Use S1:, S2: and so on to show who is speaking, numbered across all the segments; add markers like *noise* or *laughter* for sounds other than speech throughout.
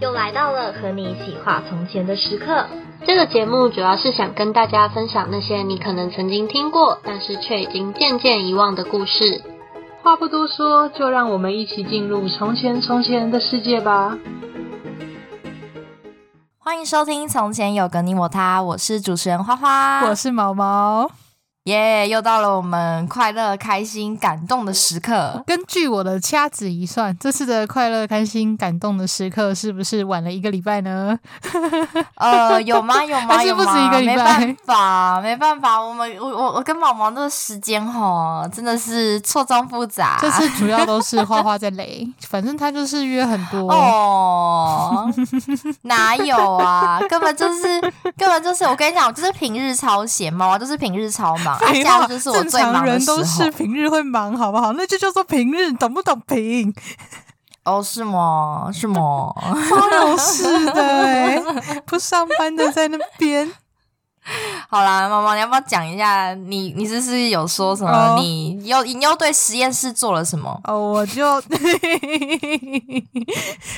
S1: 又来到了和你一起画从前的时刻。
S2: 这个节目主要是想跟大家分享那些你可能曾经听过，但是却已经渐渐遗忘的故事。
S3: 话不多说，就让我们一起进入从前从前的世界吧。
S4: 欢迎收听《从前有个你我他》，我是主持人花花，
S5: 我是毛毛。
S4: 耶又到了我们快乐、开心、感动的时刻。
S5: *laughs* 根据我的掐指一算，这次的快乐、开心、感动的时刻是不是晚了一个礼拜呢？
S4: 呃，有吗？有吗？
S5: 还是
S4: 有
S5: 不止
S4: 吗
S5: 一个礼
S4: 没
S5: 拜
S4: 办法，没办法，我们我我我跟毛毛这个时间吼，真的是错综复杂。
S5: 这次主要都是花花在雷， *laughs* 反正他就是约很多。
S4: 哦， *laughs* 哪有啊？根本就是，根本就是，我跟你讲，我就是平日超闲嘛，我就是平日超忙，啊，
S5: 废
S4: 假
S5: 话
S4: 日就是我
S5: 正
S4: 最
S5: 常
S4: 忙的
S5: 人
S4: 时候
S5: 都。是平日会忙，好不好？那就叫做平日，懂不懂平？
S4: *laughs* 哦，是吗？是
S5: *laughs*
S4: 吗？
S5: 超有事的、欸，不上班的在那边。
S4: 好啦，毛毛，你要不要讲一下？你你是不是有说什么？
S5: 哦
S4: 你又你又对实验室做了什么？
S5: 哦，我就，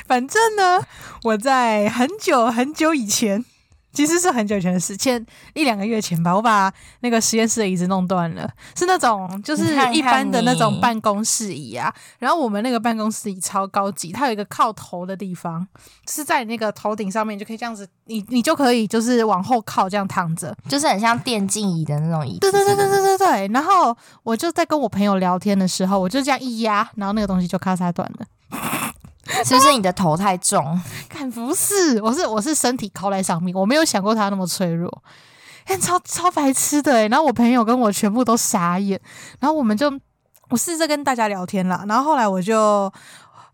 S5: 反正呢，我在很久很久以前，其实是很久以前的事，前一两个月前吧，我把那个实验室的椅子弄断了，是那种就是
S4: 你看看
S5: 一般的那种
S4: 你
S5: 办公室椅啊。然后我们那个办公室椅超高级，它有一个靠头的地方，就是在你那个头顶上面，你就可以这样子，你你就可以就是往后靠这样躺着，
S4: 就是很像电竞椅的那种椅子。
S5: 对对对对对对对。然后我就在跟我朋友聊天的时候，我就这样一压，然后那个东西就咔嚓断了。
S4: 是不是你的头太重？
S5: 看不是，我是我是身体靠在上面，我没有想过它那么脆弱。哎、超超白痴的、欸，然后我朋友跟我全部都傻眼，然后我们就我试着跟大家聊天啦，然后后来我就，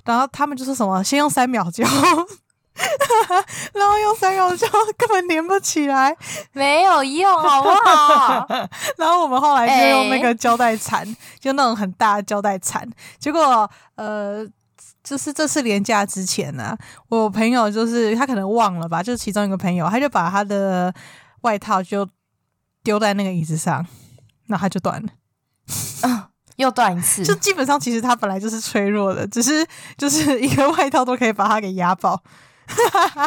S5: 然后他们就说什么先用三秒 *laughs* 胶，然后用三秒胶 *laughs* 根本连不起来，
S4: 没有用，好不好？
S5: 然后我们后来就用那个胶带缠，就那种很大的胶带缠。结果呃，就是这次廉假之前呢、我朋友就是他可能忘了吧，就是其中一个朋友，他就把他的外套就丢在那个椅子上，那他就断了。
S4: 又断一次，
S5: 就基本上其实他本来就是脆弱的，只是就是一个外套都可以把他给压爆。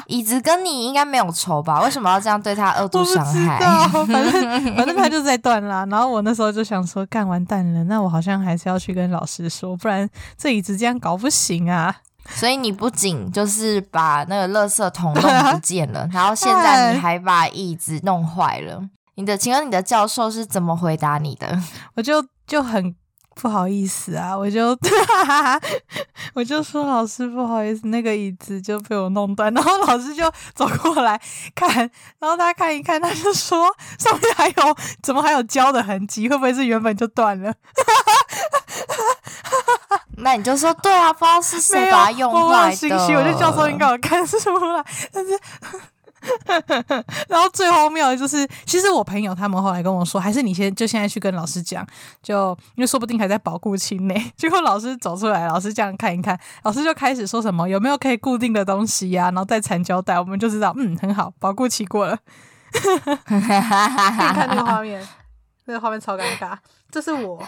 S4: 椅子跟你应该没有仇吧？为什么要这样对他恶
S5: 我
S4: 毒
S5: 不知
S4: 伤害？
S5: 道，反正反正他就在断啦。然后我那时候就想说，干完蛋了，那我好像还是要去跟老师说，不然这椅子这样搞不行啊。
S4: *laughs* 所以你不仅就是把那个垃圾桶弄不见
S5: *laughs*
S4: 了，然后现在你还把椅子弄坏了。你的，请问你的教授是怎么回答你的？
S5: 我就就很不好意思啊，我就 *laughs* 我就说老师不好意思，那个椅子就被我弄断，然后老师就走过来看，然后他看一看，他就说上面还有怎么还有胶的痕迹，会不会是原本就断了？
S4: 那你就说对啊，不知道是
S5: 没
S4: 谁
S5: 有，
S4: 把它用
S5: 我忘
S4: 坏
S5: 了
S4: 的。
S5: 信息，我就教授应该有看出来，但是。然后最荒谬的就是，其实我朋友他们后来跟我说，还是你先就现在去跟老师讲，就因为说不定还在保固期内。结果老师走出来，老师这样看一看，老师就开始说什么有没有可以固定的东西呀、然后再缠胶带，我们就知道，嗯，很好，保固期
S4: *laughs*
S5: 过了。 *laughs* 你看那个画面，那个画面超尴尬，这是我，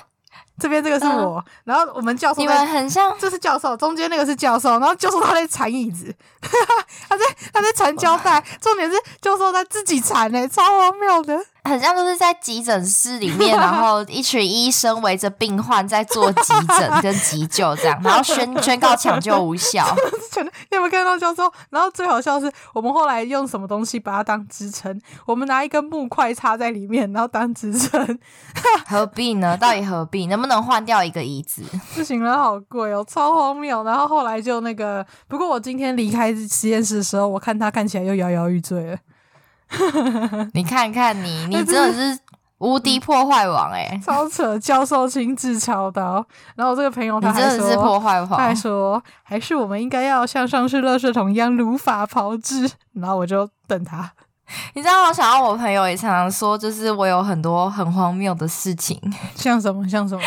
S5: 这边这个是我，然后我们教授
S4: 嗯你
S5: 在
S4: 们很像
S5: 这是教授，中间那个是教授，然后教授他在缠椅子， *laughs* 他在他在缠胶带，重点是教授他自己缠哎、超荒谬的。
S4: 很像就是在急诊室里
S5: *laughs*
S4: 面，然后一群医生围着病患在做急诊跟急救这
S5: *laughs*
S4: 样，然后宣宣告抢救无效。
S5: 全你有没有看到教授？然后最好笑的是，我们后来用什么东西把它当支撑？我们拿一根木块插在里面，然后当支撑， *laughs*
S4: 何必呢？到底何必？能不能换掉一个椅子？
S5: 不行了，好贵哦，超荒谬。然后后来就那个，不过我今天离开实验室的时候，我看他看起来又摇摇欲坠了，
S4: 你看看你，
S5: *laughs*
S4: 你真的是无敌破坏王哎、
S5: 超扯，教授亲自操刀。然后我这个朋友他
S4: 你
S5: 还
S4: 真
S5: 说，
S4: 的是破坏
S5: 他还
S4: 王。
S5: 说，还是我们应该要像上次垃圾桶一样如法炮制。 *laughs* 然后我就等他， *laughs*
S4: 你知道，我想到我朋友也常常说，就是我有很多很荒谬的事情。
S5: 像什么像什么，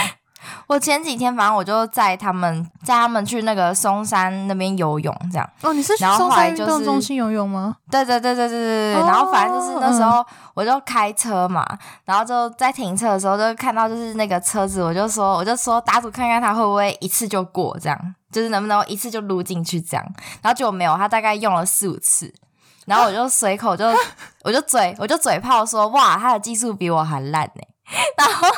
S4: 我前几天反正我就在他们在他们去那个松山那边游泳，这样。
S5: 哦，你是去
S4: 然后
S5: 松
S4: 后来
S5: 山运
S4: 就
S5: 动
S4: 是
S5: 中心游泳吗？
S4: 对对对对对对对对，
S5: 哦
S4: 然后反正就是那时候我就开车嘛，然后就在停车的时候就看到就是那个车子，我就说我就说打赌看看他会不会一次就过这样，就是能不能一次就撸进去这样。然后结果没有，他大概用了四五次，然后我就随口就 *laughs* 我就嘴我就嘴炮说，哇，他的技术比我还烂呢、 *laughs* 然后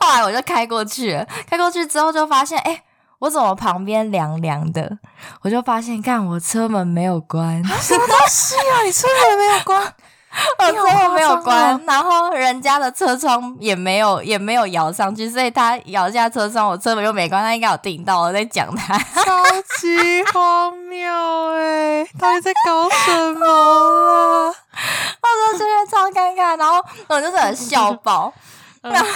S4: 后来我就开过去了，开过去之后就发现，哎、我怎么旁边凉凉的？我就发现，看我车门没有关，
S5: *laughs* 什么东西啊？你车门没有 *laughs* 关？
S4: 我
S5: 你好夸
S4: 车门没有
S5: 张
S4: 关
S5: 哦，
S4: 然后人家的车窗也没有也没有摇上去，所以他摇下车窗，我车门又没关，他应该有听到我在讲他。
S5: 超级荒谬哎、到底在搞什么啦？
S4: 我真的超尴尬，然后我就很笑爆。然后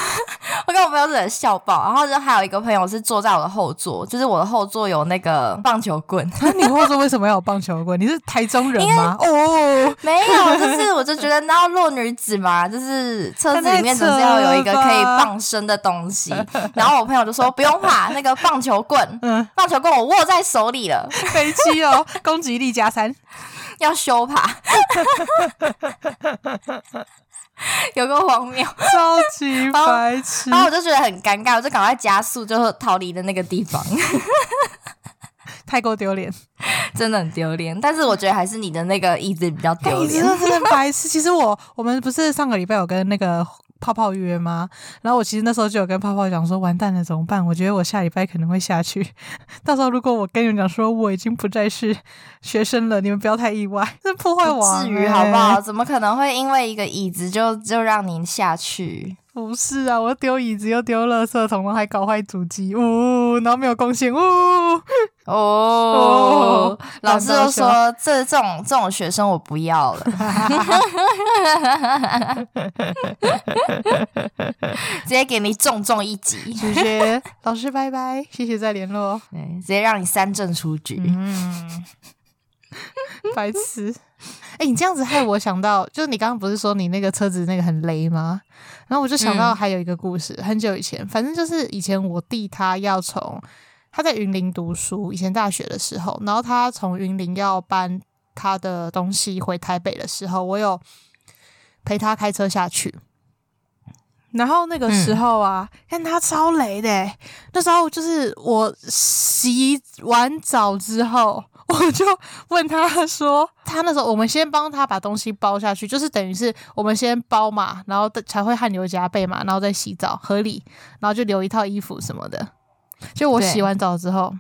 S4: 我跟我朋友忍笑爆，然后就还有一个朋友是坐在我的后座，就是我的后座有那个棒球棍，
S5: *laughs* 那你后座为什么要有棒球棍？你是台中人吗？ *laughs* 哦，
S4: 没有，就是我就觉得然后弱女子嘛，就是车子里面总是要有一个可以傍身的东西。
S5: *laughs*
S4: 然后我朋友就说不用怕，那个棒球棍，
S5: 嗯
S4: 棒球棍我握在手里了， *laughs*
S5: 飞机哦，攻击力加三，
S4: 要修爬。 *laughs* 有个荒谬，
S5: 超级白痴
S4: 然。后我就觉得很尴尬，我就赶快加速，就逃离的那个地方， *laughs*
S5: 太过丢脸，
S4: 真的很丢脸。但是我觉得还是你的那个椅子比较
S5: 但
S4: 丢
S5: 哎你真
S4: 脸。
S5: 的真的白痴。其实我我们不是上个礼拜有跟那个泡泡约吗？然后我其实那时候就有跟泡泡讲说，完蛋了怎么办？我觉得我下礼拜可能会下去。 *laughs* 到时候如果我跟你们讲说我已经不再是学生了，你们不要太意外， *laughs* 这破坏欸
S4: 不
S5: 王、
S4: 至于好不好？？怎么可能会因为一个椅子就就让您下去？
S5: 不是啊，我丢椅子又丢垃圾桶，然后还搞坏主机，呜，然后没有贡献，呜。
S4: 哦
S5: 哦，
S4: *laughs* 老师就说这这种这种学生我不
S5: *laughs*
S4: 要了，直接给你重重一击，
S5: 谢谢 *laughs* 老师，拜拜，谢谢再联络。
S4: 对，直接让你三阵出局。
S5: 嗯， *laughs* 白痴。哎、你这样子害我想到，就是你刚刚不是说你那个车子那个很雷吗？然后我就想到
S4: 嗯
S5: 还有一个故事，很久以前，反正就是以前我弟他要从他在云林读书，以前大学的时候，然后他从云林要搬他的东西回台北的时候，我有陪他开车下去。然后那个时候啊，看他超雷的欸、那时候就是我洗完澡之后，我就问他说，他那时候我们先帮他把东西包下去，就是等于是我们先包嘛，然后才会汗流浃背嘛，然后再洗澡，合理，然后就留一套衣服什么的。就我
S4: 对
S5: 洗完澡之后，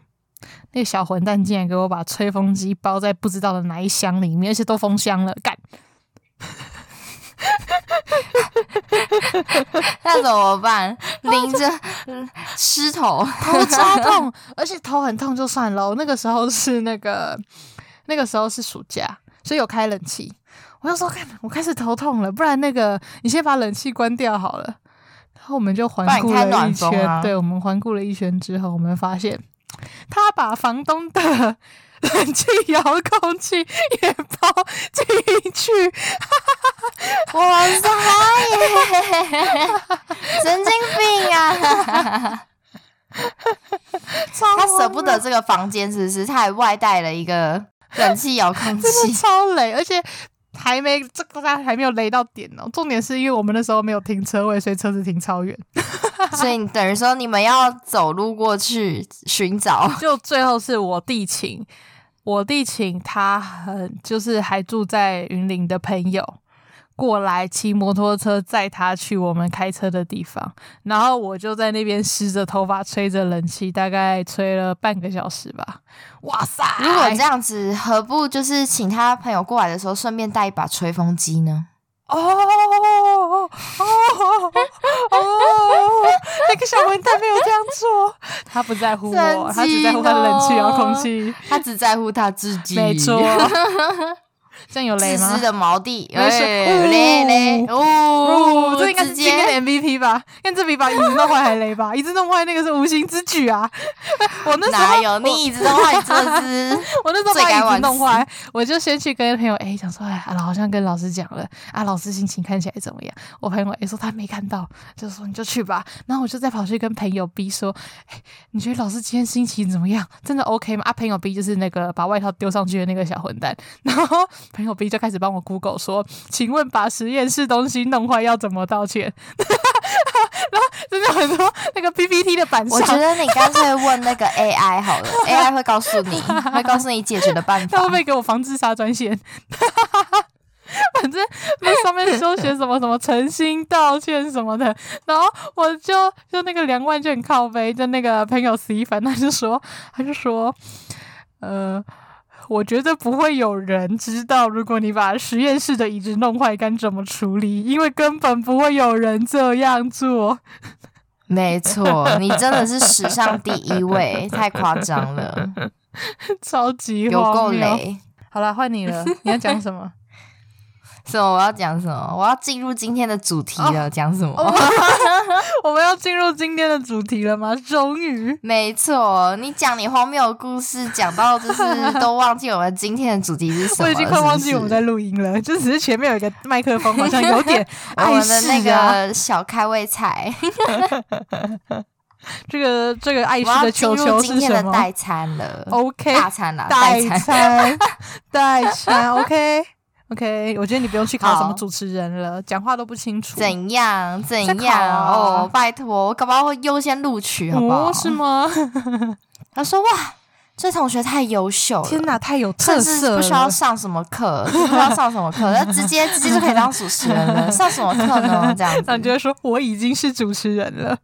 S5: 那个小混蛋竟然给我把吹风机包在不知道的哪一箱里面，而且都封箱了，干！
S4: 那怎么办？拎
S5: *laughs*
S4: 着嗯湿头，
S5: 头哦
S4: *laughs*
S5: 超痛，而且头很痛就算了。我那个时候是那个，那个时候是暑假，所以有开冷气。我就说，看我开始头痛了，不然那个你先把冷气关掉好了。然后我们就环
S4: 不然
S5: 顾
S4: 你开
S5: 了一
S4: 暖风
S5: 圈，
S4: 啊
S5: 对我们环顾了一圈之后，我们发现他把房东的 *laughs* 冷气遥控器也包进去，
S4: 哇塞，神经病啊！
S5: 超
S4: 他舍不得这个房间，是不是？他还外带了一个冷气遥控器，
S5: 真的超雷，而且还没这个大家还没有雷到点哦。重点是因为我们那时候没有停车位，所以车子停超远。
S4: *laughs* 所以等于说你们要走路过去寻 *laughs* 找。
S5: *laughs* 就最后是我弟请，我弟请他很就是还住在云林的朋友。过来骑摩托车载他去我们开车的地方，然后我就在那边湿着头发吹着冷气，大概吹了半个小时吧。哇塞！
S4: 如果这样子，何不就是请他朋友过来的时候，顺便带一把吹风机呢？
S5: 哦哦哦！那个小混蛋没有这样做，他不在乎我，他只在乎他的冷气遥控器。
S4: 他只在乎他自己，
S5: 没错， *laughs* 这样有雷
S4: *laughs* 自
S5: 吗
S4: 私？的毛弟，
S5: 没事
S4: 哎嘞嘞，哦
S5: 哦，，这应该是
S4: 直
S5: 今
S4: 接
S5: 天的 MVP 吧？看这比把椅子弄坏还雷吧？椅子弄坏那个是无心之举啊！ *laughs* 我那时
S4: 哪
S5: 候
S4: 有你椅子都坏，真的是
S5: *laughs* 我那时候
S4: 罪
S5: 把
S4: 该
S5: 椅
S4: 万
S5: 子弄
S4: 死
S5: 坏，我就先去跟朋友哎讲说，哎，啊好像跟老师讲了啊，老师心情看起来怎么样？我朋友 A 说他没看到，就说你就去吧。然后我就再跑去跟朋友 B 说，哎，你觉得老师今天心情怎么样？真的 OK 吗？啊，朋友 B 就是那个把外套丢上去的那个小混蛋。然后朋友 B 就开始帮我 Google 说，请问把实验室东西弄坏要怎么道歉？ *laughs* 然后真的很多那个 PPT 的版上，
S4: 我觉得你干脆问那个 AI 好
S5: *laughs*
S4: 了，AI 会告诉你，会告诉你解决的办
S5: 他
S4: 法
S5: 会不。会给我防自杀专线？ *laughs* 反正那上面说学什么什么诚心道歉什么的，然后我就就那个梁万就很靠背，就那个朋友 C 反他就说他就说，呃，我觉得不会有人知道，如果你把实验室的椅子弄坏该怎么处理，因为根本不会有人这样做。 *laughs*
S4: 没错，你真的是史上第一位，太夸
S5: *laughs*
S4: 张了，
S5: 超级
S4: 有够
S5: 荒谬。
S4: 雷。
S5: 好了，换你 *laughs* 了，你要讲什么？
S4: 什么？我要讲什么？我要进入今天的主题
S5: 哦
S4: 了，讲什么？
S5: 我们要进入今天的主题了吗？终于。
S4: *laughs* 没错，你讲你荒谬的故事，讲到就是
S5: *laughs*
S4: 都忘记我们今天的主题是什
S5: 我
S4: 么了，
S5: 已经快忘记
S4: 是不
S5: 我
S4: 是
S5: 们在录音了， *laughs* 就只是前面有一个麦克风，好像有点
S4: *laughs*
S5: *laughs*
S4: 我
S5: 碍
S4: 们的
S5: 事
S4: 那
S5: 啊。
S4: 个小开胃菜。
S5: 这个这个碍事
S4: *laughs* 我要
S5: 的
S4: 进
S5: 球
S4: 入
S5: 球
S4: 今
S5: 是
S4: 天
S5: 什
S4: 的
S5: 么
S4: 代餐了
S5: ？OK，
S4: 大餐啦，代
S5: 代
S4: 餐。
S5: 餐代餐，OK
S4: *laughs*
S5: OK，我觉得你不用去考什么
S4: 好
S5: 主持人了，讲话都不清楚。
S4: 怎样怎
S5: 考
S4: 样、
S5: 啊
S4: 哦？拜托，我搞不好会优先录取，好不好？
S5: 哦，是
S4: *laughs*
S5: 吗？
S4: 他说哇，这同学太优秀了，
S5: 天哪，！太有特
S4: 甚至
S5: 色
S4: 不需要
S5: 了！
S4: 上什么课， *laughs* 不需要上什么课，那直接直接就可以当主持人
S5: *laughs*
S4: 了。上什么课呢？这样
S5: 那
S4: 子
S5: 你就会说我已经是主持人了，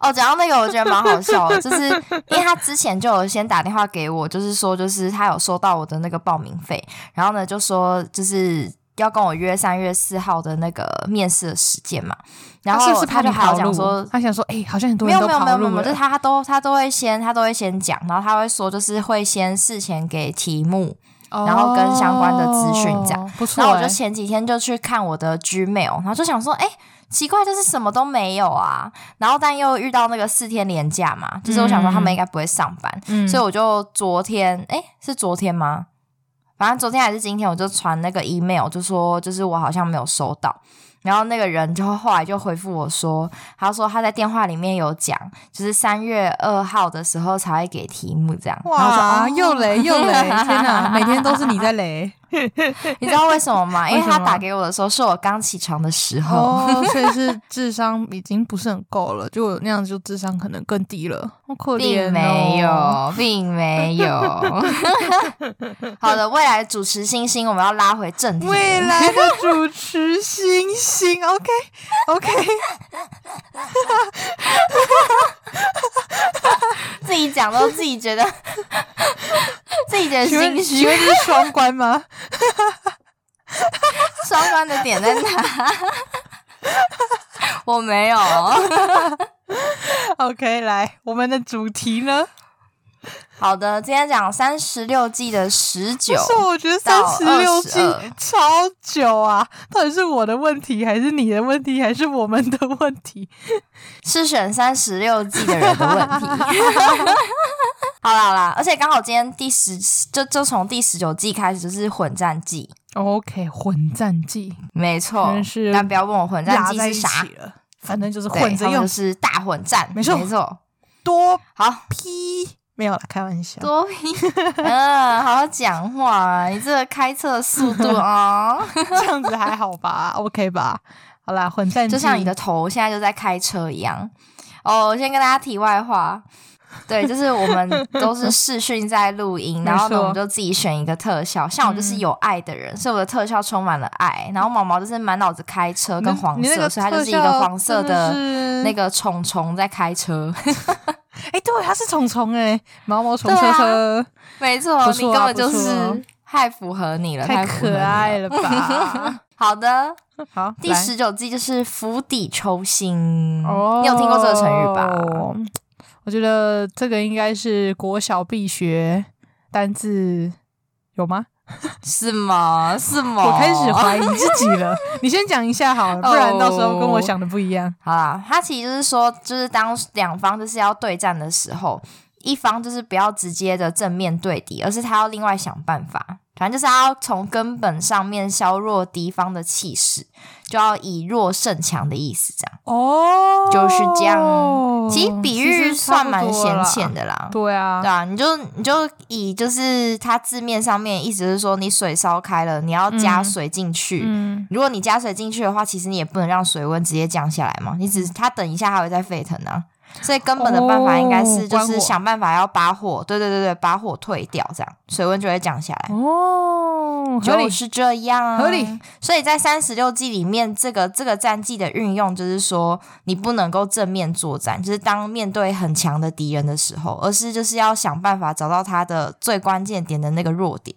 S4: 哦，讲到那个，我觉得蛮好笑的，就是因为他之前就有先打电话给我，就是说，就是他有收到我的那个报名费，然后呢，就说就是要跟我约三月四号的那个面试的时间嘛，然
S5: 啊他是不
S4: 后
S5: 是怕
S4: 就
S5: 你
S4: 还
S5: 跑
S4: 有讲
S5: 路
S4: 说，
S5: 他想说，哎，好像很多
S4: 没
S5: 人
S4: 有
S5: 都
S4: 没有没
S5: 跑
S4: 有没有，
S5: 路
S4: 没有就是
S5: 了。
S4: 他他都他都会先他都会先讲，然后他会说就是会先事前给题目，然后跟相关的资讯这样
S5: 哦，不错
S4: 然
S5: 欸。
S4: 后我就前几天就去看我的 Gmail，然后就想说，哎、奇怪，就是什么都没有啊。然后但又遇到那个四天连假嘛，就是我想说他们应该不会上班，
S5: 嗯
S4: 所以我就昨天，哎、是昨天吗？反正昨天还是今天，我就传那个 email，就说就是我好像没有收到。然后那个人就后来就回复我说，他说他在电话里面有讲，就是三月二号的时候才会给题目这样。然后我就哦
S5: 哇，又雷又雷！天哪，每天都是你在雷 *laughs*
S4: *laughs* 你知道为什么吗？因为
S5: 为
S4: 他
S5: 什么
S4: 打给我的时候是我刚起床的时候。
S5: 哦，所以是智商已经不是很够了，就那样就智商可能更低了，好可怜、哦。
S4: 并没，有，并没
S5: *laughs*
S4: 有。好的，未来主持星星，我们要拉回正题了。
S5: 未来的主持星星，OK OK， *laughs*
S4: 自己讲都自己觉
S5: *laughs*
S4: 得，自己觉得
S5: 请问
S4: 心
S5: 请
S4: 虚。
S5: 问这是双关吗？
S4: 双关的点在哪？我没有。
S5: OK，来， *laughs* 我们的主题呢？
S4: 好的，今天讲三十六计的十九
S5: 但。是我觉得三
S4: 到
S5: 十六
S4: 22
S5: 计超久啊，到底是我的问题，还是你的问题，还是我们的问题？
S4: 是选三十六计的人的问题。 *laughs* 好啦好啦，而且刚好今天第十就就从第十九计开始就是混战计，
S5: OK，混战记
S4: 没错
S5: 真是。
S4: 但不要问我混战
S5: 拉
S4: 计
S5: 在
S4: 是
S5: 一
S4: 啥，
S5: 起了，反正就是
S4: 对
S5: 混着
S4: 他们
S5: 用
S4: 就，是大混战，
S5: 没错
S4: 没错。
S5: 多
S4: 好，
S5: 批没有啦，开玩
S4: *laughs*
S5: 笑。
S4: 多批，嗯，好好讲话啊，你这个开车的速度啊、哦，
S5: 这样子还好吧？OK 吧？好啦，混战
S4: 就像你
S5: 的
S4: 的头现在就在开车一样。哦，我先跟大家题外话。对，就是我们都是视讯在录
S5: *laughs*
S4: 音，
S5: 没错嗯
S4: 然后呢，我们就自己选一个特效。像我就是有爱的人，所以我的特效充满了爱。然后毛毛就是满脑子开车跟黄
S5: 你那
S4: 色，
S5: 个
S4: 所以它就是一
S5: 特
S4: 个
S5: 效
S4: 黄色
S5: 真的
S4: 的
S5: 是
S4: 那个虫虫在
S5: *laughs*
S4: 开车。
S5: 哎、对，它是虫虫哎，毛毛虫
S4: 对
S5: 车
S4: 啊
S5: 车，
S4: 没错，
S5: 不
S4: 你
S5: 错
S4: 根
S5: 啊
S4: 本就
S5: 不错啊
S4: 是太符合你了，
S5: 太
S4: 太符合你
S5: 可爱
S4: 了。
S5: 了
S4: *laughs*
S5: 吧？
S4: 好的，
S5: 好，
S4: 第
S5: 来
S4: 十九计就是釜底抽薪。
S5: 哦，
S4: 你有听过这个成语吧？？
S5: *laughs* 我觉得这个应该是国小必学单字，有吗？
S4: 是吗？是吗？
S5: 我开始怀疑自己了。你先讲一下好了，不然到时候跟我
S4: 哦
S5: 想的不一样。
S4: 好啦，他其实就是说，就是当两方就是要对战的时候，一方就是不要直接的正面对敌，而是他要另外想办法。反正就是要从根本上面削弱敌方的气势，就要以弱胜强的意思，这样。
S5: 哦，
S4: 就是这样其实比喻
S5: 其实差
S4: 算
S5: 不
S4: 蛮
S5: 多
S4: 显
S5: 啦
S4: 浅的啦。
S5: 对啊，
S4: 对啊，你就你就以就是它字面上面意思是说，你水烧开了，你要加
S5: 嗯
S4: 水进去。
S5: 嗯，
S4: 如果你加水进去的话，其实你也不能让水温直接降下来嘛，你只它等一下还会再沸腾啊。所以根本的办法应该是
S5: 哦
S4: 就
S5: 关
S4: 是
S5: 火
S4: 想办法要把火，对对对对，把火退掉，这样水温就会降下来。
S5: 哦，合理
S4: 嗯就，是这样，
S5: 合理。
S4: 所以在三十六计里面，这个这个战绩的运用，就是说你不能够正面作战，就是当面对很强的敌人的时候，而是就是要想办法找到他的最关键点的那个弱点。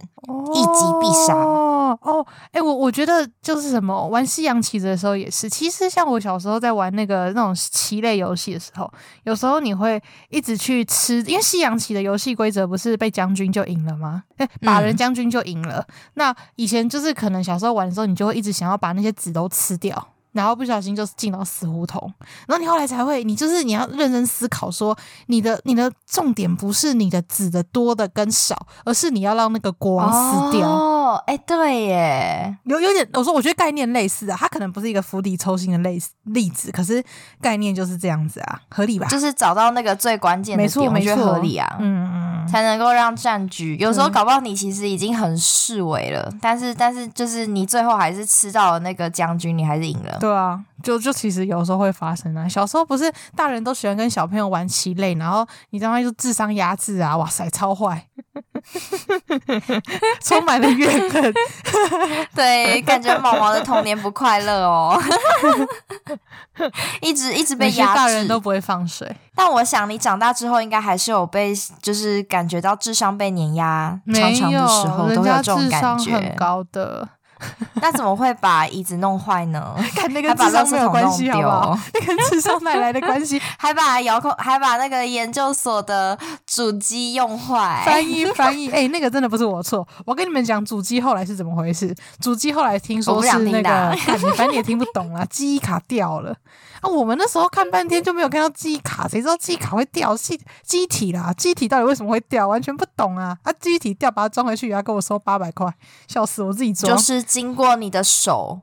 S4: 一击必杀
S5: 哦哦，哎、我我觉得就是什么玩西洋棋的时候也是，其实像我小时候在玩那个那种棋类游戏的时候，有时候你会一直去吃，因为西洋棋的游戏规则不是被将军就赢了吗？哎、把人
S4: 嗯
S5: 将军就赢了。那以前就是可能小时候玩的时候，你就会一直想要把那些子都吃掉。然后不小心就进到死胡同，然后你后来才会，你就是你要认真思考说，你的你的重点不是你的子的多的跟少，而是你要让那个国王死掉。
S4: 哦，哎、对耶，
S5: 有有点，我说我觉得概念类似啊，它可能不是一个釜底抽薪的类似例子，可是概念就是这样子啊，合理吧？
S4: 就是找到那个最关键的
S5: 没错
S4: 点，我
S5: 没
S4: 觉
S5: 错，
S4: 得合理啊。
S5: 嗯嗯嗯，
S4: 才能够让战局，有时候
S5: 嗯
S4: 搞不好你其实已经很示威了，但是但是就是你最后还是吃到了那个将军，你还是赢了。
S5: 对啊，就就其实有时候会发生啊。小时候不是大人都喜欢跟小朋友玩棋类，然后你知道吗就智商压制啊，哇塞，超坏， *laughs* 充满了怨
S4: *laughs*
S5: 恨。
S4: 对，感觉毛毛的童年不快乐
S5: *laughs*
S4: 哦，一直一直被
S5: 每些
S4: 压
S5: 大人
S4: 制。
S5: 都不会放水，
S4: 但我想你长大之后，应该还是有被，就是感觉到智商被碾压，常常的时候
S5: 没
S4: 都
S5: 有人
S4: 会有
S5: 家
S4: 这种
S5: 智
S4: 感
S5: 商很
S4: 觉。
S5: 高
S4: *laughs*
S5: 的，
S4: 那怎么会把椅子弄坏呢？
S5: 看那
S4: 还
S5: 跟
S4: 把
S5: 智
S4: 垃
S5: 商没有
S4: 圾桶
S5: 关
S4: 弄
S5: 系，好
S4: 丢
S5: 不
S4: *laughs*
S5: 好？那跟智商哪来的关系？
S4: 还把遥控，还把那个研究所的主机用坏。
S5: 翻译翻译，哎、那个真的不是我错。我跟你们讲，主机后来是怎么回事？主机后来听
S4: 我
S5: 说
S4: 不想
S5: 是那
S4: 听的啊
S5: 个，看你反正你也听不懂啦，记忆卡掉了啊。我们那时候看半天就没有看到记忆卡，谁知道记忆卡会掉？记机体啦，机体到底为什么会掉？完全不懂啊！啊，机体掉，把它装回去，也要跟我收八百块，笑死我自己装。
S4: 就是经过你的手，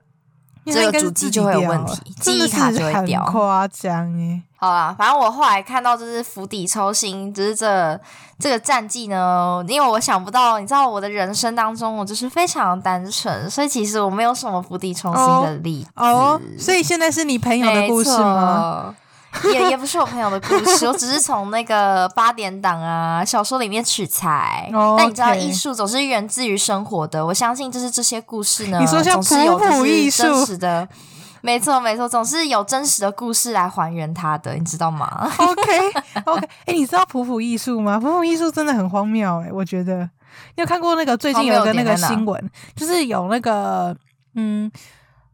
S5: 因为它应
S4: 这个
S5: 该是
S4: 主机
S5: 自己
S4: 就会有
S5: 掉
S4: 问
S5: 了
S4: 题
S5: 真的
S4: 记忆卡
S5: 是
S4: 就会
S5: 很
S4: 掉
S5: 夸张哎。
S4: 好啦，反正我后来看到就是釜底抽薪，就是这这个战绩呢，因为我想不到，你知道我的人生当中我就是非常单纯，所以其实我没有什么釜底抽薪的例子。
S5: 哦，所以现在是你朋友的故事吗？
S4: 没错？也也不是我朋友的故
S5: *laughs*
S4: 事，我只是从那个八点档啊小说里面取材。
S5: 哦
S4: 但你知道，
S5: OK
S4: 艺术总是源自于生活的，我相信就是这些故事呢，
S5: 你说像
S4: 总是有
S5: 普普
S4: 就是
S5: 艺术
S4: 真实的。没错，没错，总是有真实的故事来还原它的，你知道吗？
S5: OK OK，哎、你知道普普艺术吗？普普艺术真的很荒谬哎、我觉得。你有看过那个最近有一个那个新闻，就是有那个嗯，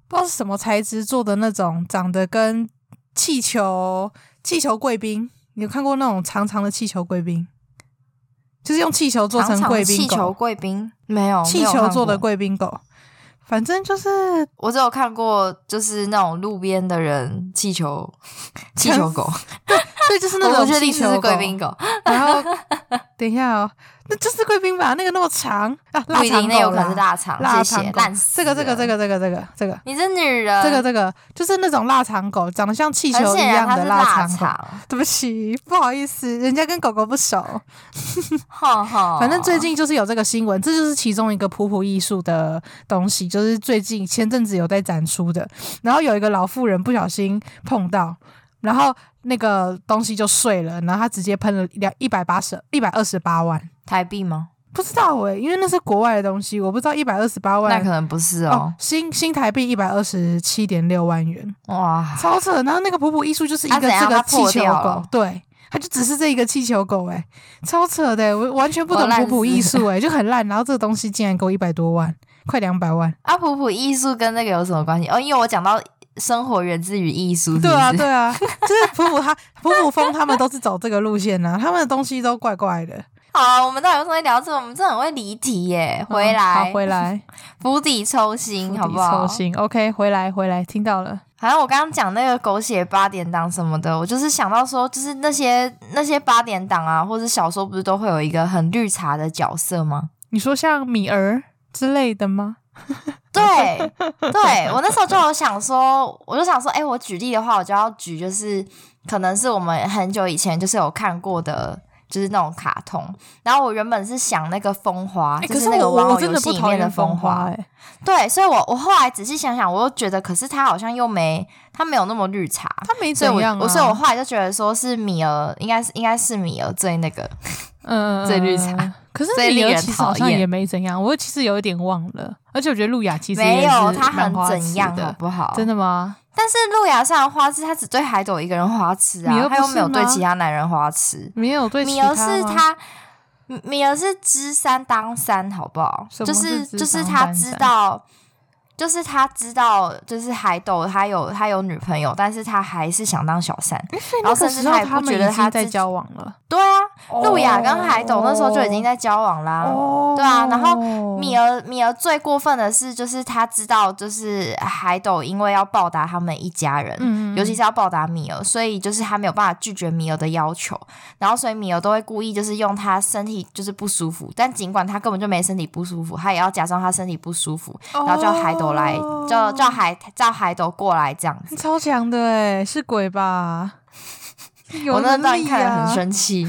S5: 不知道是什么材质做的那种，长得跟气球气球贵宾，你有看过那种长长的气球贵宾？就是用气球做
S4: 长
S5: 成
S4: 长
S5: 贵
S4: 的
S5: 宾
S4: 气球
S5: 狗，
S4: 贵宾没有
S5: 气球做的，
S4: 没有看过
S5: 贵宾狗，反正就是
S4: 我只有看过就是那种路边的人气球 *laughs* 气球狗，
S5: 所以就是那
S4: 我
S5: 种
S4: 不确定
S5: 气
S4: 是不是
S5: 球
S4: 贵宾
S5: 狗。
S4: 狗，
S5: 然后等一下哦，那就是贵宾吧？那个那么长啊，
S4: 不
S5: 腊
S4: 一
S5: 肠
S4: 定，
S5: 狗
S4: 那有可能
S5: 啦
S4: 是腊肠，
S5: 腊
S4: 谢谢
S5: 肠，狗
S4: 烂死
S5: 这个这个
S4: 了
S5: 这个这个这个这个
S4: 你是女人，
S5: 这个这个，就是那种腊肠狗，长得像气球
S4: 很
S5: 一
S4: 显然
S5: 样
S4: 啊它
S5: 的
S4: 是腊
S5: 肠狗。
S4: 肠，
S5: 对不起，不好意思，人家跟狗狗不熟。
S4: *laughs* 哦哈哈。
S5: 反正最近就是有这个新闻，这就是其中一个普普艺术的东西，就是最近前阵子有在展出的。然后有一个老妇人不小心碰到，然后那个东西就碎了，然后她直接喷了两一百八十一百二十八万，
S4: 台币吗？
S5: 不知道诶、因为那是国外的东西，我不知道一百二十八万
S4: 那可能不是
S5: 哦
S4: 哦，，
S5: 新新台币一百二十七点六万元，
S4: 哇，
S5: 超扯！然后那个普普艺术就是一
S4: 它
S5: 个
S4: 啊怎样
S5: 这个
S4: 它
S5: 气
S4: 破
S5: 球
S4: 掉
S5: 狗
S4: 了，
S5: 对，它就只是这一个气球狗、欸，超扯的欸、我完全不
S4: 我
S5: 懂
S4: 烂
S5: 普普
S4: 死
S5: 艺术，
S4: *laughs*
S5: 哎，就很烂。然后这个东西竟然给我一百多万，快两百万，
S4: 啊，普普艺术跟那个有什么关系？哦，因为我讲到生活源自于艺术，是不
S5: 对啊，
S4: 是
S5: 对啊， *laughs* 就是普普他普普风他们都是走这个路线啊，他们的东西都怪怪的。
S4: 好啊，我们到底为什么会聊这个？我们真的很会离题耶！回
S5: 嗯
S4: 来
S5: 好，回
S4: *laughs*
S5: 来，
S4: 釜底抽薪，好不好
S5: 釜底抽？薪，OK，回来，回来，听到了。
S4: 好像我刚刚讲那个狗血八点档什么的，我就是想到说，就是那些那些八点档啊，或者小说，不是都会有一个很绿茶的角色吗？
S5: 你说像米儿，之类的吗？
S4: *laughs* 对对，我那时候就有想说，我就想说，哎、我举例的话，我就要举就是可能是我们很久以前就是有看过的。就是那种卡通，然后我原本是想那个风花，
S5: 哎、
S4: 啊就
S5: 可
S4: 那个
S5: 我
S4: 网
S5: 我
S4: 络
S5: 真
S4: 游
S5: 的
S4: 戏
S5: 不
S4: 里
S5: 讨
S4: 面的
S5: 厌
S4: 风
S5: 花、
S4: 花，
S5: 哎，
S4: 对，所以我我后来仔细想想，我又觉得，可是它好像又没，它没有那么绿茶，
S5: 它没
S4: 所
S5: 怎
S4: 以我、
S5: 样、啊
S4: 我所以我后来就觉得说是米儿，应该是应该是米儿最那个，
S5: 嗯
S4: 最绿茶
S5: 嗯可是
S4: 最
S5: 女
S4: 令
S5: 儿
S4: 人
S5: 其实
S4: 讨
S5: 好像
S4: 厌
S5: 也没怎样，我其实有一点忘了，而且我觉得路雅其实
S4: 没
S5: 也
S4: 有
S5: 是
S4: 它
S5: 蛮
S4: 很
S5: 花
S4: 怎
S5: 痴
S4: 样，好
S5: 的，
S4: 不好？
S5: 真的吗？
S4: 但是路亚虽然花痴，他只对海斗一个人花痴
S5: 米
S4: 啊，
S5: 儿不
S4: 他又没有
S5: 是
S4: 对
S5: 吗
S4: 其他男人花痴。
S5: 没有对
S4: 米
S5: 其
S4: 儿是
S5: 吗
S4: 他，米米儿是知三当三，好不好？
S5: 什
S4: 就
S5: 么
S4: 是
S5: 是
S4: 就
S5: 知
S4: 是
S5: 三
S4: 他
S5: 当
S4: 知
S5: 三
S4: 道，就是他知道，就是海斗他有他有女朋友，但是他还是想当小三。
S5: 所以那
S4: 然后
S5: 个
S4: 甚至
S5: 时候
S4: 他也不
S5: 们
S4: 觉得
S5: 已
S4: 他
S5: 经在
S4: 自己
S5: 交往了。
S4: 对啊，路亚跟海斗那时候就已经在交往啦。
S5: 哦
S4: 对啊，然后米儿米儿最过分的是，就是他知道，就是海斗因为要报答他们一家人，
S5: 嗯
S4: 尤其是要报答米儿，所以就是他没有办法拒绝米儿的要求，然后所以米儿都会故意就是用他身体就是不舒服，但尽管他根本就没身体不舒服，他也要假装他身体不舒服，然后叫海斗来，
S5: 哦
S4: 叫叫海叫海斗过来这样子。
S5: 超强的哎、是鬼吧？有
S4: 我那
S5: 能
S4: 段
S5: 力
S4: 看得
S5: 啊
S4: 很生气，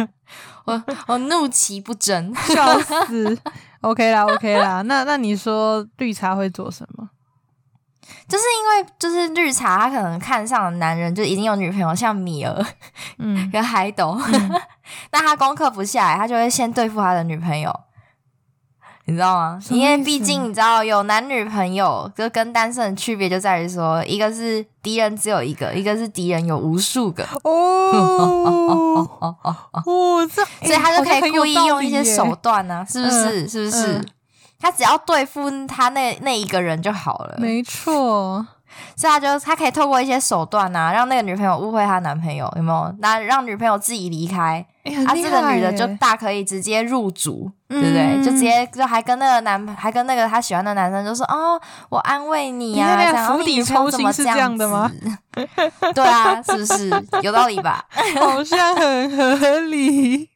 S4: *laughs* 我我怒其不争。
S5: 笑死。OK 啦，OK 啦，那那你说绿茶会做什么？
S4: 就是因为就是绿茶，他可能看上的男人就已经有女朋友，像米儿
S5: 嗯，
S4: 跟海斗， *laughs* 但他功课不下来，他就会先对付他的女朋友，你知道吗？
S5: 什么意
S4: 因
S5: 思
S4: 为毕竟你知道有男女朋友，就跟单身的区别就在于说，一个是敌人只有一个，一个是敌人有无数个，
S5: 哦
S4: 哦哦，
S5: 哦，这
S4: 所以他就可以故意用一些手
S5: 手。
S4: 段呢、是不是？是不是
S5: 嗯？
S4: 他只要对付他那那一个人就好了，
S5: 没错，
S4: 所以他就他可以透过一些手段啊，让那个女朋友误会她男朋友，有没有？那让女朋友自己离开，
S5: 哎、
S4: 啊，
S5: 很厉
S4: 这
S5: 害耶、
S4: 个女的就大可以直接入主，对不对？
S5: 嗯
S4: 就直接就还跟那个男，还跟那个她喜欢的男生就说哦，我安慰你啊，
S5: 你看那个
S4: 这样
S5: 釜
S4: 哦你
S5: 底
S4: 女朋友
S5: 抽
S4: 怎么
S5: 薪是
S4: 这
S5: 这样的吗
S4: 子？ *laughs* 对啊，是不是有道理
S5: *laughs*
S4: 吧？
S5: 好像很合理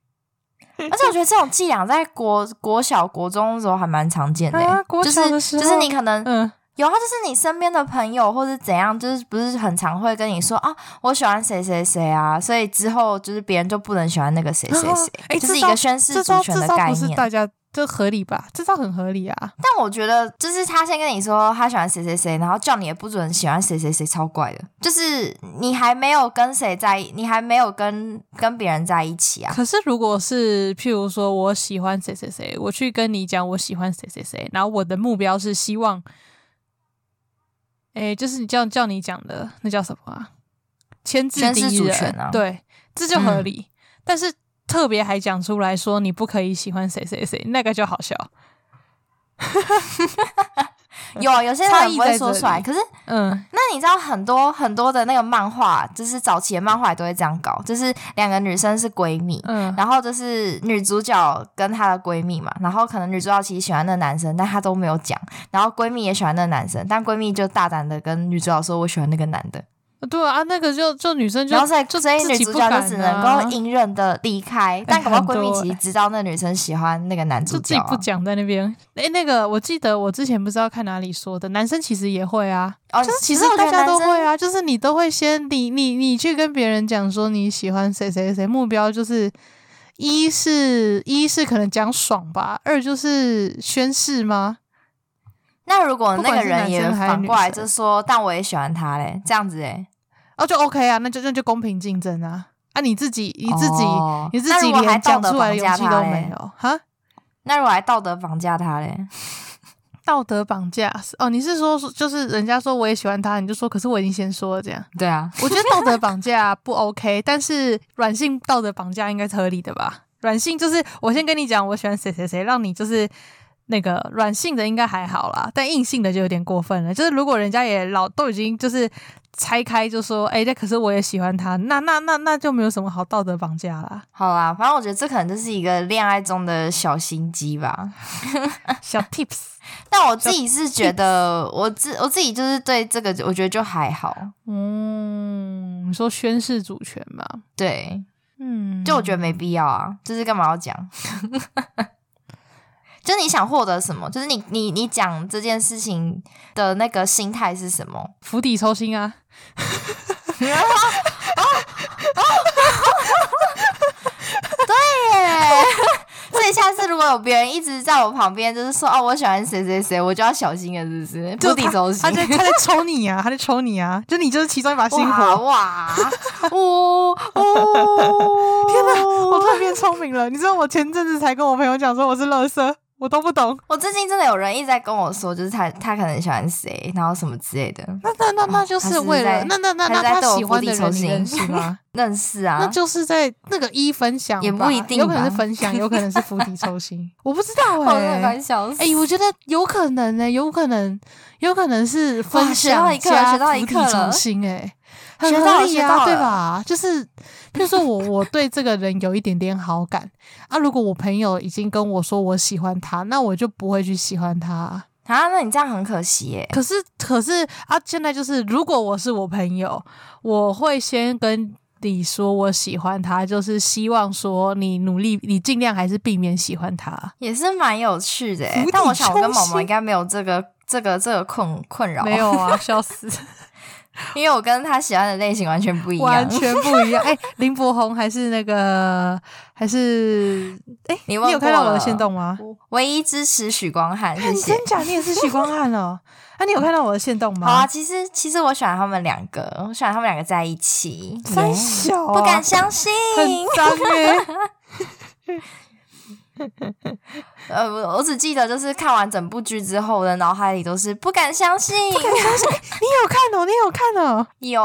S4: 而且我觉得这种伎俩在国国小、国中的时候还蛮常见的、
S5: 啊！国
S4: 就
S5: 小
S4: 是
S5: 的时
S4: 就
S5: 候，
S4: 是你可
S5: *laughs*
S4: 能
S5: 嗯，
S4: 有啊，就是你身边的朋友或者怎样，就是不是很常会跟你说啊，我喜欢谁谁谁啊，所以之后就是别人就不能喜欢那个谁谁谁，
S5: 啊哎
S4: 就
S5: 这
S4: 是一
S5: 招
S4: 个宣示
S5: 这
S4: 主
S5: 招
S4: 权的
S5: 这招
S4: 概
S5: 不是
S4: 念。
S5: 大家这合理吧？这招很合理啊！
S4: 但我觉得，就是他先跟你说他喜欢谁谁谁，然后叫你也不准喜欢谁谁谁，超怪的。就是你还没有跟谁在一，你还没有跟跟别人在一起
S5: *laughs*
S4: 啊。
S5: 可是如果是譬如说我喜欢谁谁谁，我去跟你讲我喜欢谁谁谁，然后我的目标是希望，哎、就是你叫叫你讲的那叫什么啊？牵制
S4: 宣
S5: 敌
S4: 示
S5: 人，
S4: 主权啊
S5: 对，这就合
S4: 嗯
S5: 理。但是特别还讲出来说你不可以喜欢谁谁谁，那个就好笑。
S4: 有啊有些
S5: 差
S4: 人
S5: 异
S4: 不会
S5: 在
S4: 说
S5: 这
S4: 出来，
S5: 里
S4: 可是 *laughs*
S5: 嗯，
S4: 那你知道很多很多的那个漫画，就是早期的漫画也都会这样搞，就是两个女生是闺蜜，
S5: 嗯
S4: 然后就是女主角跟她的闺蜜嘛，然后可能女主角其实喜欢那个男生，但她都没有讲，然后闺蜜也喜欢那个男生，但闺蜜就大胆的跟女主角说我喜欢那个男的，
S5: 对啊，那个就就女生就
S4: 然后所以
S5: 就
S4: 所以
S5: 自
S4: 女
S5: 己
S4: 主
S5: 不
S4: 角
S5: 敢
S4: 就只能够
S5: 啊
S4: 隐忍的离开，但搞不好闺
S5: 很
S4: 蜜
S5: 多欸
S4: 其实知道那女生喜欢那个男主
S5: 就自己
S4: 角啊、
S5: 不讲在那边。哎、那个我记得我之前不知道看哪里说的，男生其实也会啊，
S4: 哦，
S5: 就是其
S4: 可
S5: 实
S4: 我觉
S5: 大
S4: 得
S5: 家
S4: 男
S5: 都
S4: 生
S5: 会啊，就是你都会先你你你去跟别人讲说你喜欢谁谁谁，目标就是一是一是可能讲爽吧，二就是宣誓吗？
S4: 那如果
S5: 不
S4: 那
S5: 管
S4: 个
S5: 是
S4: 人
S5: 男
S4: 也
S5: 生还是
S4: 反
S5: 女
S4: 过来
S5: 生
S4: 就说，但我也喜欢他嘞，这样子哎。
S5: 哦，就 OK 啊，那就那就公平竞争啊。啊，你自己你自己、
S4: 哦
S5: 你自
S4: 那
S5: 己
S4: 如果还
S5: 连
S4: 道
S5: 讲
S4: 德
S5: 出来的勇
S4: 绑架
S5: 气
S4: 他
S5: 都
S4: 嘞
S5: 没有哈？
S4: 那如果还道德绑架他嘞？
S5: 道德绑架哦，你是说就是人家说我也喜欢他，你就说可是我已经先说了这样。
S4: 对啊，
S5: 我觉得道德绑架不 OK，但 *laughs* 是软性道德绑架应该是合理的吧？软性就是我先跟你讲，我喜欢谁谁谁，让你就是那个软性的应该还好啦，但硬性的就有点过分了。就是如果人家也老都已经就是拆开，就说哎，那、可是我也喜欢他，那那那那就没有什么好道德绑架啦。
S4: 好啦，反正我觉得这可能就是一个恋爱中的小心机吧。
S5: 小 tips，
S4: 但我自己是觉得，我自我自己就是对这个，我觉得就还好。
S5: *laughs* 嗯，你说宣誓主权嘛？
S4: 对，
S5: 嗯，
S4: *laughs* 就我觉得没必要啊，就是干嘛要讲？就是你想获得什么，就是你你你讲这件事情的那个心态是什么？ *laughs*
S5: 釜底抽薪 *laughs* 啊！
S4: 耶！所以下次如果有别人一直在我旁边，就是说哦，我喜欢谁谁谁，我就要小心了，是不是？
S5: 就
S4: 釜底
S5: 他
S4: 抽薪
S5: 他。在他在抽你啊，他在抽你啊，就你就是其中一把星
S4: 哇
S5: 火。 *laughs*
S4: 哇哦哦！
S5: 天哪，我突然变聪明了！你知道我前阵子才跟我朋友讲说我是乐色，我都不懂。
S4: 我最近真的有人一直在跟我说，就是他他可能喜欢谁，然后什么之类的，
S5: 那那那那就
S4: 哦他是
S5: 是为了
S4: 在
S5: 那那那
S4: 他
S5: 那
S4: 是在
S5: 他
S4: 对我
S5: 喜
S4: 釜
S5: 欢
S4: 底
S5: 的
S4: 抽
S5: 人你认
S4: 薪
S5: 识吗？
S4: 认识啊。
S5: 那就是在那个一分享吧，
S4: 也不一定
S5: 有可能是
S4: 吧
S5: 分享，有可
S4: *laughs*
S5: 能是釜底抽薪，我不知道
S4: 我真的
S5: 哎、
S4: 快笑死！
S5: 哎、我觉得有可能呢、有可能，有可能是分
S4: 学到
S5: 享
S4: 一课了
S5: 加
S4: 学到一
S5: 釜底
S4: 课了
S5: 重新、欸，哎，
S4: 学
S5: 很
S4: 到
S5: 合
S4: 了
S5: 理
S4: 学
S5: 啊，
S4: 到
S5: 对
S4: 了
S5: 吧？就是，比如说我我对这个人有一点点好感啊，如果我朋友已经跟我说我喜欢他，那我就不会去喜欢他啊。
S4: 啊，那你这样很可惜耶。
S5: 可是可是啊，现在就是，如果我是我朋友，我会先跟你说我喜欢他，就是希望说你努力，你尽量还是避免喜欢他。
S4: 也是蛮有趣的欸
S5: 釜，底
S4: 但我想我跟
S5: 抽
S4: 毛毛
S5: 薪
S4: 应该没有这个这个这个困困扰，
S5: 没有啊，笑
S4: *laughs*
S5: 死，
S4: 因为我跟他喜欢的类型完全不一
S5: 完
S4: 样。
S5: 全不
S4: *laughs*
S5: 一样。哎、林柏宏还是那个还是哎、
S4: 你
S5: 你
S4: 问
S5: 有看到
S4: 过
S5: 我的
S4: 了
S5: 线动吗？
S4: 唯一支持许光汉，谢
S5: 你
S4: 谢
S5: 哎真。假？你也是许光汉哦？ *laughs* 啊，你有看到我的线动吗？
S4: 好啊，其实其实我喜欢他们两个，我喜欢他们两个在一起，
S5: 三小、啊，
S4: 不敢相信。
S5: *laughs* 很脏
S4: *laughs*
S5: 哎、
S4: 呃，我我只记得就是看完整部剧之后，我的脑海里都是不敢相信，
S5: 你有看哦？你有看哦？
S4: 有，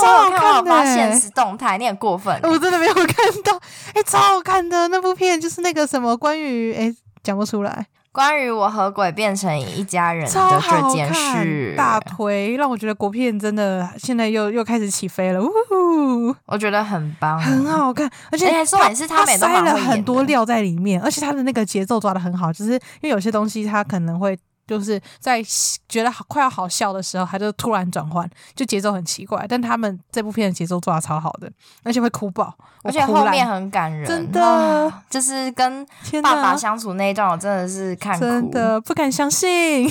S5: 超
S4: 我
S5: 好
S4: 有看我
S5: 看的
S4: 发
S5: 欸
S4: 现实动态，你很过分。
S5: 我真的没有看到，哎、超好看的那部片，就是那个什么关于哎讲不出来，
S4: 关于我和鬼变成一家人
S5: 超
S4: 的
S5: 好
S4: 这件
S5: 看，
S4: 事，
S5: 大推，让我觉得国片真的现在又又开始起飞了，呜呼，
S4: 我觉得很棒，
S5: 很好看，而且
S4: 啊而且重点是他
S5: 他
S4: 们也都
S5: 塞
S4: 蛮会
S5: 了
S4: 演的
S5: 很多料在里面，而且他的那个节奏抓的很好，就是因为有些东西他可能会。就是在觉得好快要好笑的时候，他就突然转换，就节奏很奇怪。但他们这部片的节奏抓的超好的，而且会哭爆，我
S4: 而且
S5: 哭
S4: 后
S5: 烂
S4: 面很感人，
S5: 真的
S4: 啊就是跟
S5: 天
S4: 爸
S5: 哪
S4: 爸相处那一段，我真的是看哭。
S5: 真的不敢相
S4: *laughs*
S5: 信，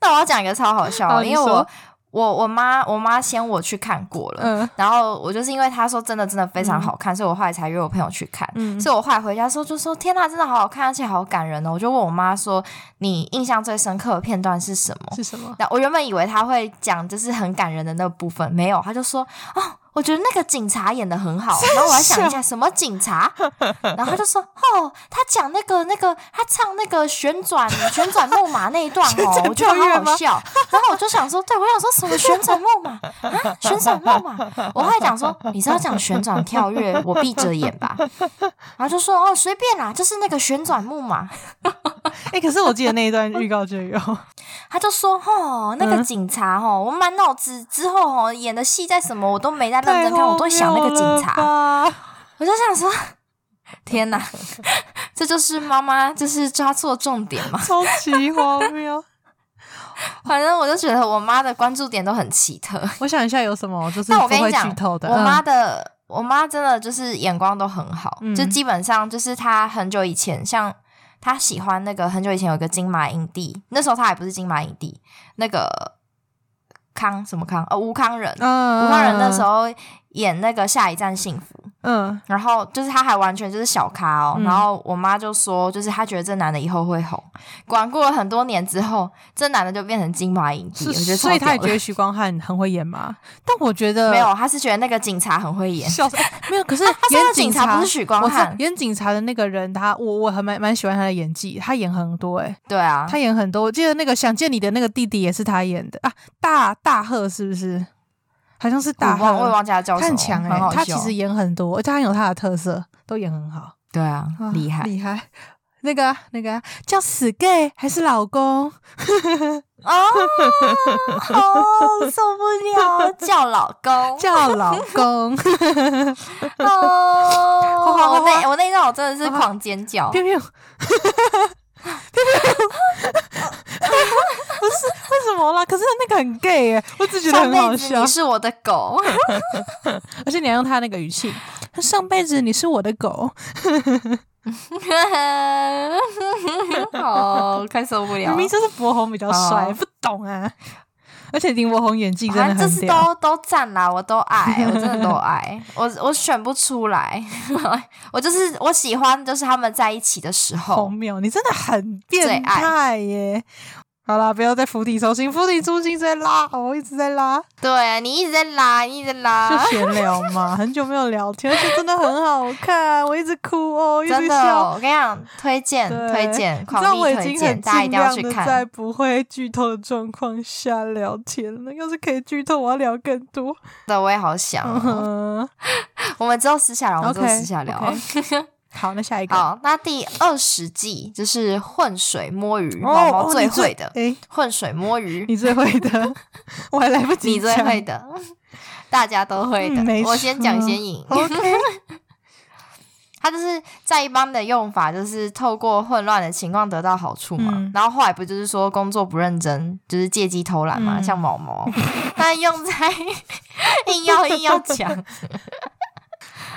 S4: 那我要讲一个超好笑的，
S5: 好你
S4: 因为我
S5: 说
S4: 我我妈我妈先我去看过了，
S5: 嗯
S4: 然后我就是因为她说真的真的非常好看，所以我后来才约我朋友去看。
S5: 嗯
S4: 所以我后来回家的时候就说：“天呐，真的好好看，而且好感人哦！”我就问我妈说：“你印象最深刻的片段是什么？”
S5: *laughs* 是什么？
S4: 那我原本以为他会讲就是很感人的那部分，没有，他就说哦，我觉得那个警察演的很好。然后我还想一下什么警察，然后他就说哦，他讲那个那个他唱那个旋转旋转木马那一段哦，我觉
S5: 跳
S4: 得
S5: 跃
S4: 好好
S5: 吗
S4: 笑。然后我就想说，对我想说什么旋转木马啊，旋转木马。我后来讲说，你知道讲旋转跳跃，我闭着眼吧。然后就说哦，随便啦，就是那个旋转木马。
S5: 哎、可是我记得那一段预告就有，
S4: 他就说：“哦，那
S5: 嗯
S4: 个警察哦，我满脑子之后哦演的戏在什么，我都没在 *laughs* 认
S5: 太
S4: 真看，我都在想那个警
S5: 荒
S4: 察。
S5: 谬了吧。
S4: 我就想说， *laughs* 天哪， *laughs* 这就是妈妈就是抓错重点
S5: *laughs*
S4: 嘛。
S5: 超级荒谬。
S4: 反正我就觉得我妈的关注点都很奇特。
S5: 我想一下有什么，就是
S4: *laughs* 但我
S5: 不
S4: 跟你
S5: 会
S4: 讲
S5: 剧透，的。
S4: 我
S5: 嗯
S4: 妈的、我妈真的就是眼光都很好，
S5: 嗯
S4: 就基本上就是她很久以前，像她喜欢那个很久以前有一个金马影帝，那时候她还不是金马影帝，那个康什么康呃吴康仁，
S5: 嗯，
S4: 武康人那时
S5: 候，
S4: 候演那个《下一站幸福》，
S5: 嗯，
S4: 然后就是他还完全就是小咖哦。
S5: 嗯
S4: 然后我妈就说，就是她觉得这男的以后会红。果然过了很多年之后，这男的就变成金马影帝，我觉
S5: 是，
S4: 得
S5: 所以
S4: 超
S5: 他也
S4: 屌
S5: 觉
S4: 的。
S5: 得许光汉很会演嘛。 *laughs* 但我觉得
S4: 没
S5: *laughs*
S4: 有，啊他是觉得那个警察很会演。
S5: 笑死，没有。可是
S4: 他说
S5: 演
S4: 啊的警察
S5: 察
S4: 不是许光
S5: 我知道
S4: 汉，
S5: 演警察的那个人，他我我很蛮蛮喜欢他的演技，他演很多哎、
S4: 对啊，
S5: 他演很多。我记得那个《想见你》的那个弟弟也是他演的啊，大大贺是不是？好像是大
S4: 我
S5: 贺，
S4: 忘我也忘记他叫
S5: 他
S4: 什
S5: 很
S4: 么，
S5: 强哎、
S4: 很好
S5: 他
S4: 笑
S5: 其实演很多，而且他很有他的特色，都演很好，
S4: 对啊
S5: 啊，
S4: 厉害
S5: 厉害。 *laughs* 那个啊那个啊叫死 gay 还是老公？
S4: 哦，哦，受不了，叫老公，
S5: 叫老公。
S4: 哦，
S5: *laughs* 哗哗哗
S4: 我那我那一段我真的是狂尖
S5: *laughs*
S4: 叫，
S5: 飘
S4: *laughs*
S5: 飘，飘飘，不 *laughs* 是为什么啦？可是那个很 gay 哎、我只觉得
S4: 上
S5: 很好
S4: 辈子
S5: 笑
S4: 你，是我的狗，
S5: 而且你还用他那个语气，上辈子你是我的狗，
S4: *laughs* 哦，快受不了
S5: 明
S4: 了
S5: 明。就是博红比较帅，
S4: 哦
S5: 不懂啊。而且林柏宏演技真的
S4: 啊，这
S5: 很
S4: 次
S5: 屌，
S4: 都都占啦，我都
S5: *laughs*
S4: 爱，我真的都爱，我我选不出来， *laughs* 我就是我喜欢，就是他们在一起的时候
S5: 荒，谬！你真的很
S4: 最
S5: 变
S4: 爱
S5: 态耶！好啦，不要再釜底抽薪，釜底抽薪在拉，我一直在拉，
S4: 对你一直在拉，你一直在
S5: 就
S4: 拉，
S5: 闲聊嘛，很久没有聊天，而且真的很好看，我一直哭哦，一直
S4: 真的，
S5: 笑。
S4: 我跟你讲，推荐
S5: 对
S4: 嗯推荐，
S5: 你
S4: 狂
S5: 知道我
S4: 力
S5: 已
S4: 推
S5: 经
S4: 荐，
S5: 很
S4: 大家一
S5: 尽
S4: 定要
S5: 量
S4: 去
S5: 的在
S4: 看。
S5: 不会剧透的状况下聊天了。要是可以剧透，我要聊更多。
S4: 对，我也好想
S5: 嗯 *laughs*
S4: 哦，
S5: 哼
S4: 我们之后私下聊，我们之后
S5: OK，
S4: 私下聊。 *laughs*
S5: OK 好，那下一个。
S4: 好，那第二十季就是浑水摸鱼，
S5: 哦
S4: 毛毛
S5: 哦
S4: 最
S5: 你
S4: 会的
S5: 诶，
S4: 浑水摸鱼，
S5: 你最会的， *laughs* 我还来不及
S4: *laughs* 你最
S5: 讲
S4: 会的，大家都会的
S5: 嗯没。
S4: 我先讲
S5: 错
S4: 先赢。
S5: *laughs* OK，
S4: *laughs* 他就是在一般的用法，就是透过混乱的情况得到好处嘛。
S5: 嗯
S4: 然后后来不就是说工作不认真，就是借机偷懒嘛，
S5: 嗯
S4: 像毛毛。但用在 *laughs* 硬要硬要讲。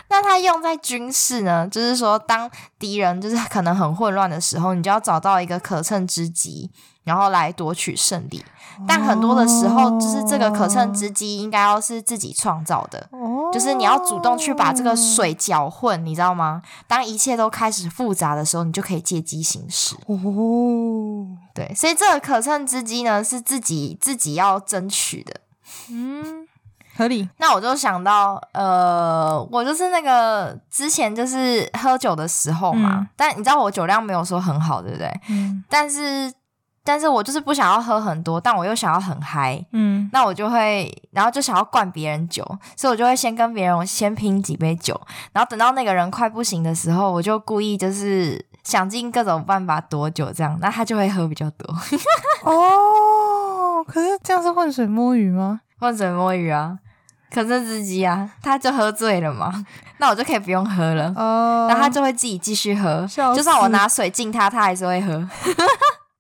S4: 那他用在军事呢，就是说，当敌人就是可能很混乱的时候，你就要找到一个可乘之机，然后来夺取胜利。但很多的时候，就是这个可乘之机应该要是自己创造的，
S5: 哦
S4: 就是你要主动去把这个水搅混，你知道吗？当一切都开始复杂的时候，你就可以借机行事。
S5: 哦，
S4: 对，所以这个可乘之机呢，是自己自己要争取的。
S5: 嗯，合理。
S4: 那我就想到，呃，我就是那个之前就是喝酒的时候嘛，
S5: 嗯
S4: 但你知道我酒量没有说很好，对不对？
S5: 嗯
S4: 但是，但是我就是不想要喝很多，但我又想要很嗨，
S5: 嗯
S4: 那我就会，然后就想要灌别人酒，所以我就会先跟别人我先拼几杯酒，然后等到那个人快不行的时候，我就故意就是想尽各种办法躲酒，这样，那他就会喝比较多，
S5: 哦，可是这样是浑水摸鱼吗？
S4: 或者摸鱼啊，可是自己啊，他就喝醉了嘛，那我就可以不用喝了。
S5: 哦，
S4: *laughs* 然后他就会自己继续喝，
S5: 笑
S4: 就算我
S5: 死
S4: 拿水敬他，他还是会喝，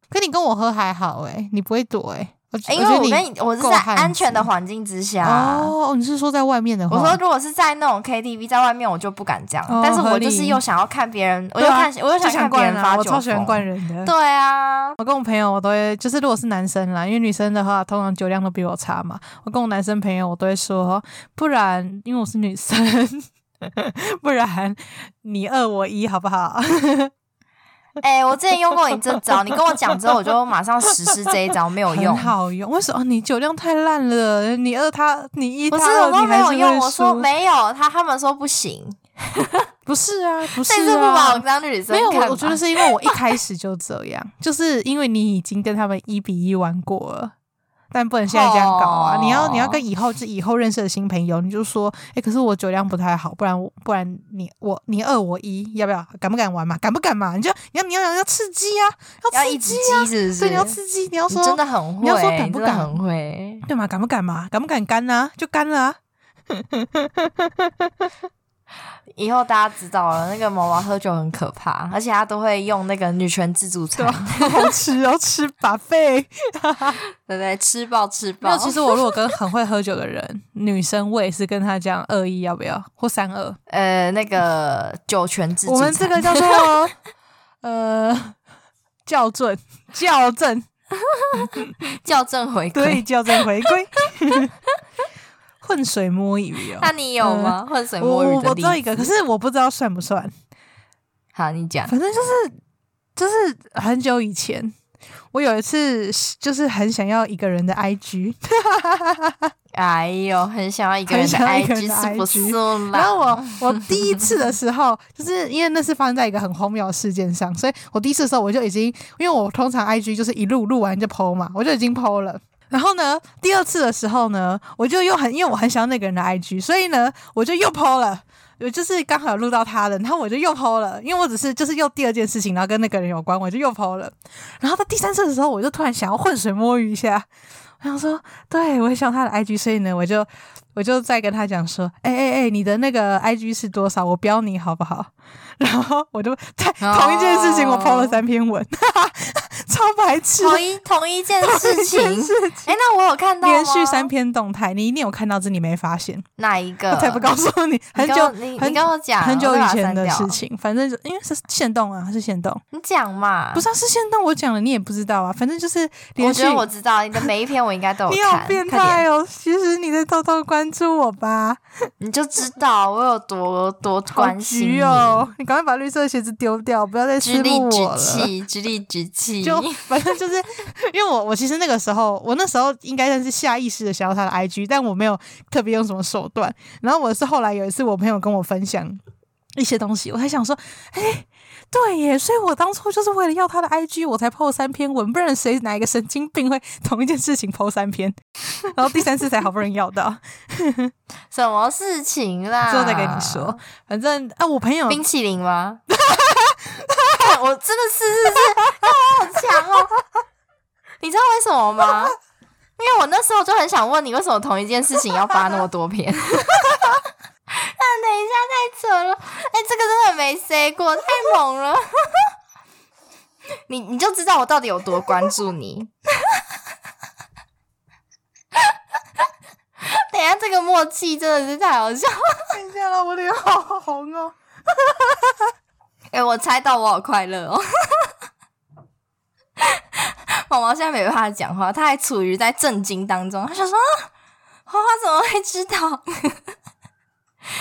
S5: 可你跟我喝还好哎、你不会躲哎、我觉
S4: 因为
S5: 我觉得
S4: 我
S5: 你
S4: 跟你我是
S5: 够
S4: 在
S5: 汉
S4: 安全的
S5: 子
S4: 环境之下啊。
S5: 哦，你是说在外面的话？
S4: 我说，如果是在那种 KTV，在外面我就不敢这样，
S5: 哦
S4: 但是我
S5: 合理
S4: 就是又想要看别人，我又
S5: 对啊
S4: 看，我又
S5: 就
S4: 想看
S5: 想
S4: 别
S5: 灌
S4: 人
S5: 人
S4: 发
S5: 我
S4: 酒疯
S5: 超喜欢灌人的。
S4: 对啊，
S5: 我跟我朋友，我都会，就是如果是男生啦，因为女生的话，通常酒量都比我差嘛。我跟我男生朋友，我都会说，哦不然因为我是女生， *laughs* 不然你二我一好不好？
S4: 哎、我之前用过你这招，你跟我讲之后，我就马上实施这一招，没有
S5: 很
S4: 用。
S5: 好用。为什么哦你酒量太烂了？你二他，你一
S4: 不
S5: 他
S4: 是，
S5: 二
S4: 我
S5: 你
S4: 说没
S5: 还是
S4: 有用，
S5: 会
S4: 我说
S5: 输，
S4: 没有，他他们说不行，
S5: 不是啊，不是啊。
S4: 那你是不把我当女生
S5: 没有，
S4: 看吧
S5: 我我觉得是因为我一开始就这样， *laughs* 就是因为你已经跟他们一比一玩过了。但不能现在这样搞啊！
S4: 哦
S5: 你要你要跟以后就以后认识的新朋友，你就说，哎、可是我酒量不太好，不然我不然你我你二我一，要不要？敢不敢玩嘛？敢不敢嘛？你就你要你要要刺激啊，
S4: 要
S5: 刺
S4: 一直
S5: 激
S4: 激
S5: 啊，
S4: 是不是？
S5: 对，你要刺激，你要
S4: 你
S5: 说
S4: 真的很会，
S5: 你要说敢不
S4: 你真的
S5: 敢
S4: 很会。
S5: 对嘛？敢不敢嘛？敢不敢干啊？就干了啊！
S4: 以后大家知道了，那个毛毛喝酒很可怕，而且他都会用那个女权自助餐，
S5: 好吃 *laughs* 哦，吃把费。
S4: *laughs* 对不对？吃爆吃
S5: 没
S4: 爆
S5: 有，。其实我如果跟很会喝酒的人， *laughs* 女生我也是跟他讲二一要不要或三二，
S4: 呃，那个酒泉自助
S5: 我
S4: 餐，
S5: 们这个叫
S4: *laughs*
S5: 做呃校正，校正，
S4: 校正回
S5: 对，
S4: 归。
S5: 校正回归， *laughs* 浑水摸鱼哦
S4: 那。你有吗？浑水
S5: 我
S4: 摸
S5: 我
S4: 鱼的
S5: 我知
S4: 例子
S5: 道一个，可是我不知道算不算，
S4: 好，你讲。
S5: 反正就是就是很久以前，我有一次就是很想要一个人的 IG，
S4: 哎呦，很想要一个人的
S5: 很想要一个人
S4: IG
S5: 的
S4: 是不是
S5: IG
S4: 啦？
S5: 然后我我第一次的时候，就是因为那是发生在一个很荒谬的事件上，所以我第一次的时候我就已经，因为我通常 IG 就是一路录完就 PO 嘛，我就已经 PO 了。然后呢，第二次的时候呢，我就又很因为我很想要那个人的 IG，所以呢，我就又 PO 了。我就是刚好有录到他的，然后我就又 PO 了，因为我只是就是又第二件事情，然后跟那个人有关，我就又 PO 了。然后到第三次的时候，我就突然想要浑水摸鱼一下，我想说，对我很想要他的 IG，所以呢，我就我就再跟他讲说，哎哎哎，你的那个 IG 是多少？我 *laughs*
S4: 哦
S5: 标你好不好？然后我就在同一件事情，我 PO 了三篇文， *laughs* 超白痴的，
S4: 同一 *laughs* 同一件事情。
S5: 同一件事
S4: 哎、那我有看到吗
S5: 连续三篇动态，你一定有看到，这你没发现，
S4: 哪一个？
S5: 我才不告诉你，很
S4: 呃你跟
S5: 久
S4: 我你
S5: 很
S4: 你跟我讲，
S5: 很久
S4: 我再
S5: 以
S4: 把它
S5: 前的
S4: 删掉
S5: 事，情，反正就因为是限动啊，是限动，
S4: 你讲嘛？
S5: 不是、啊、是限动，我讲了你也不知道啊，反正就是
S4: 我
S5: 连续
S4: 觉。得我知道你的每一篇，我应该都 *laughs*
S5: 你
S4: 看。
S5: 好变态
S4: 哦！
S5: 哦！其实你在偷偷关注我吧，
S4: 你就知道我有多多
S5: 好
S4: 关心
S5: 局
S4: 你。
S5: 哦！你赶快把绿色的鞋子丢掉，不要再
S4: 直
S5: 私
S4: 立
S5: 慕
S4: 直
S5: 我了。
S4: 气，直立直气。
S5: *laughs* 就反正就是，因为我我其实那个时候，我那时候应该算是下意识的想要他的 IG，但我没有特别用什么手段。然后我是后来有一次，我朋友跟我分享一些东西，我才想说，哎、对耶，所以我当初就是为了要他的 IG，我才 PO 三篇文，不然谁哪一个神经病会同一件事情 PO 三篇， *laughs* 然后第三次才好不容易要到，
S4: 什么事情啦？
S5: 之后再跟你说。反正啊，我朋友
S4: 冰淇淋 *laughs* 吗？看哎我真的是是是，看我好强哦！ *laughs* 你知道为什么吗？因为我那时候就很想问你，为什么同一件事情要发那么多 *laughs* 篇？但等一下太扯了，哎、这个真的没 say 过，太猛 *laughs* 了！你你就知道我到底有多关注 *laughs* 你。等一下，这个默契真的是太好笑了
S5: 看一下了，我脸好红哦。
S4: 哎、我猜到，我好快乐哦！毛毛现在没办法讲话，他还处于在震惊当中。他想说，啊花花怎么会知道？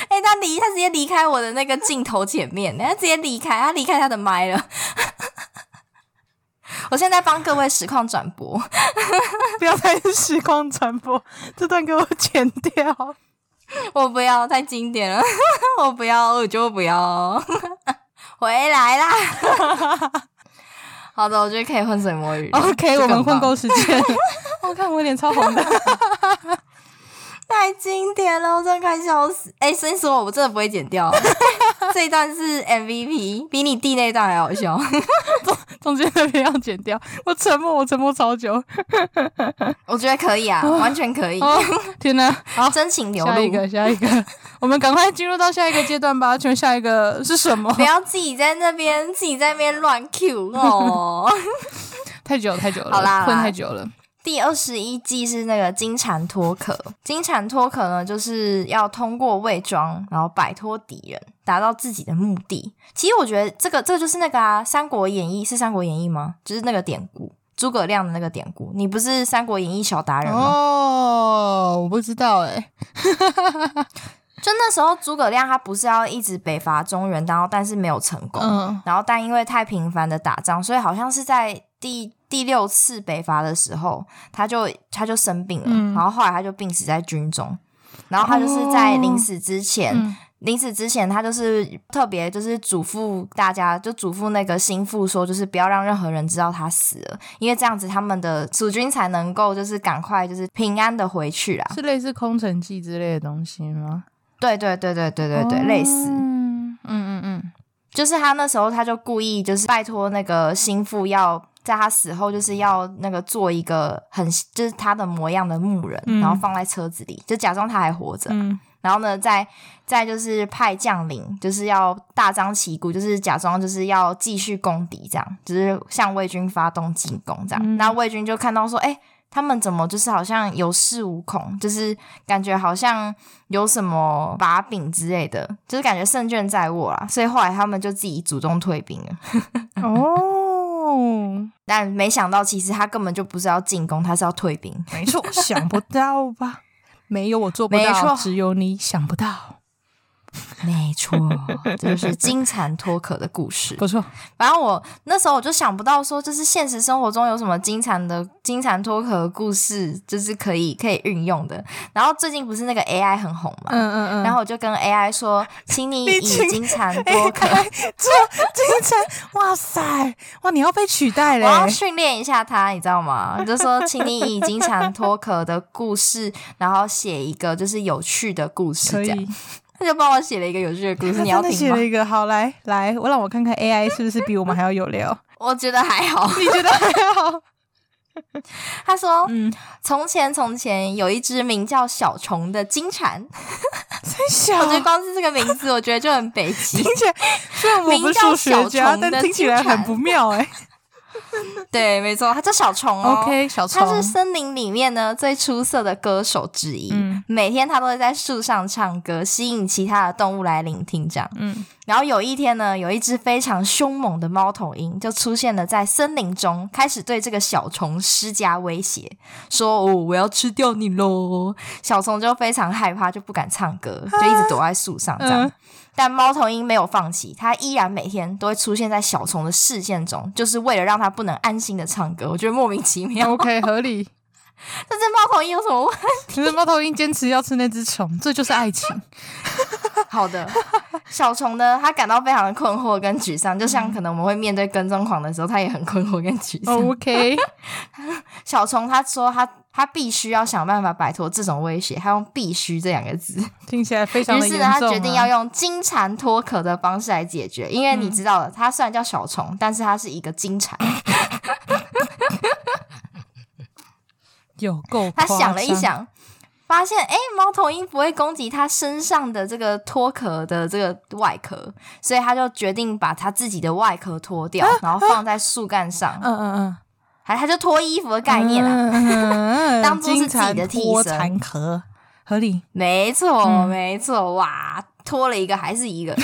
S4: 哎、他离他直接离开我的那个镜头前面，他直接离开，他离开他的麦了。 *laughs* 我现在帮各位实况转播，
S5: *laughs* 不要再时光传播，这段给我剪 *laughs* 掉。
S4: 我不要太经典了， *laughs* 我不要，我就不要 *laughs* 回
S5: *laughs*
S4: 来啦。好的，我觉得可以浑水摸鱼了。
S5: OK，
S4: 这个
S5: 我
S4: 很
S5: 们混
S4: 棒
S5: 够时 *laughs* 间了。我看我脸超红的，
S4: 太经典了，我真的快笑死！哎、先说我，我真的不会剪掉， *laughs* 这一段是 MVP，比你弟那一段还好笑。 *laughs*
S5: 中间那边要剪掉。我沉默，我沉默超久。
S4: 我觉得可以啊，完全可以，
S5: *laughs* 哦，天哪！好，
S4: 真情流
S5: 下一
S4: 露。
S5: 个，下一个，我们赶快进入到下一个阶段吧。请问下一个是什么
S4: 不？要自己在那边自己在那边乱 Q 哦。
S5: 太久了，太久了，
S4: 好啦好啦
S5: 混太久了。
S4: 第二十一季是那个金蝉脱壳，金蝉脱壳呢，就是要通过伪装，然后摆脱敌人，达到自己的目的。其实我觉得这个这个就是那个啊，《三国演义》是《三国演义》吗？就是那个典故，诸葛亮的那个典故。你不是《三国演义》小达人吗？
S5: 哦，我不知道哎。
S4: 就那时候诸葛亮他不是要一直北伐中原，然后但是没有成功，
S5: 嗯，
S4: 然后但因为太频繁的打仗，所以好像是在第第六次北伐的时候，他就他就生病了，
S5: 嗯
S4: 然后后来他就病死在军中，然后他就是在
S5: 哦
S4: 临死之前。
S5: 嗯
S4: 临死之前，他就是特别就是嘱咐大家，就嘱咐那个心腹说，就是不要让任何人知道他死了，因为这样子他们的楚军才能够就是赶快就是平安的回去啦。
S5: 是类似空城计之类的东西吗？
S4: 对对对对对对对，
S5: 哦
S4: 类似。
S5: 嗯嗯嗯
S4: 就是他那时候他就故意就是拜托那个心腹要在他死后就是要那个做一个很就是他的模样的木人，
S5: 嗯
S4: 然后放在车子里，就假装他还活着。
S5: 嗯
S4: 然后呢，再再就是派将领，就是要大张旗鼓，就是假装就是要继续攻敌，这样，就是向魏军发动进攻这样。
S5: 嗯
S4: 那、魏军就看到说，哎、他们怎么就是好像有恃无恐，就是感觉好像有什么把柄之类的，就是感觉胜券在握啦。所以后来他们就自己主动退兵了。
S5: *laughs* 嗯。哦，
S4: 但没想到，其实他根本就不是要进攻，他是要退兵。
S5: 没错，想不到吧？没有我做不
S4: 没错
S5: 到，只有你想不到。
S4: *laughs* 没错，这就是金蝉脱壳的故 *laughs* 事。
S5: 不错，
S4: 反正我那时候我就想不到说，就是现实生活中有什么金蝉的金蝉脱壳的故事，就是可以可以运用的。然后最近不是那个 AI 很红嘛，
S5: 嗯嗯嗯。
S4: 然后我就跟 AI 说，请你
S5: *laughs* 你
S4: 以
S5: 请
S4: 金蝉
S5: *laughs*
S4: 脱壳，
S5: 哎，这金城，哇塞，哇，你要被取代
S4: 我要
S5: 嘞！
S4: 训练一下它，你知道吗？我就说，请你以金蝉脱壳的故事，然后写一个就是有趣的故事，
S5: 可
S4: 这样
S5: 以，
S4: 他就帮我写了一个有趣的故事，
S5: 他
S4: 你要
S5: 真的
S4: 听
S5: 写
S4: 吗
S5: 了？一个，好来来，我让我看看 AI 是不是比我们还要有料？
S4: 我觉得还好。
S5: 你觉得还好？
S4: 他说，
S5: 嗯，
S4: 从前从前有一只名叫小虫的金蝉。
S5: 真小
S4: 我，觉得光是这个名字，我觉得就很北极。
S5: 听起来虽然我不是数学
S4: 名叫小
S5: 家，
S4: 虫的
S5: 但听起来
S4: 金蝉
S5: 很不妙哎。
S4: 对，没错，他叫小虫哦。
S5: OK，小虫
S4: 他是森林里面呢最出色的歌手之一，
S5: 嗯
S4: 每天他都会在树上唱歌，吸引其他的动物来聆听。这样，
S5: 嗯
S4: 然后有一天呢，有一只非常凶猛的猫头鹰就出现了在森林中，开始对这个小虫施加威胁，说：“哦，我要吃掉你喽！”小虫就非常害怕，就不敢唱歌，就一直躲在树上这样。
S5: 嗯
S4: 但猫头鹰没有放弃，它依然每天都会出现在小虫的视线中，就是为了让它不能安心的唱歌。我觉得莫名其妙，
S5: ，OK，合理。
S4: 但是猫头鹰有什
S5: *laughs*
S4: 么问
S5: 可是猫头鹰坚持要吃那只虫，这就是爱情。
S4: 好的，小虫呢，他感到非常的困惑跟沮丧，就
S5: 嗯
S4: 像可能我们会面对跟踪狂的时候，他也很困惑跟沮
S5: 哦
S4: 丧。
S5: OK，
S4: 小虫他说他他必须要想办法摆脱这种威胁，他用“必须”这两个字。
S5: 听起来非常
S4: 于
S5: 的
S4: 是
S5: 严
S4: 呢，
S5: 重、啊。
S4: 他决定要用金蝉脱壳的方式来解决，因为
S5: 嗯
S4: 你知道了，它虽然叫小虫，但是它是一个金蝉。
S5: 有够
S4: 他
S5: 夸张。
S4: 想了一想，发现诶，猫头鹰不会攻击它身上的这个脱壳的这个外壳，所以他就决定把它自己的外壳脱掉，
S5: 啊
S4: 然后放在树干上，
S5: 嗯，嗯嗯
S4: 还他就脱衣服的概念啊。
S5: 啊
S4: 当作是自己的替身
S5: 蚕壳合理。
S4: 没错，
S5: 嗯
S4: 没错，哇，脱了一个还是一个。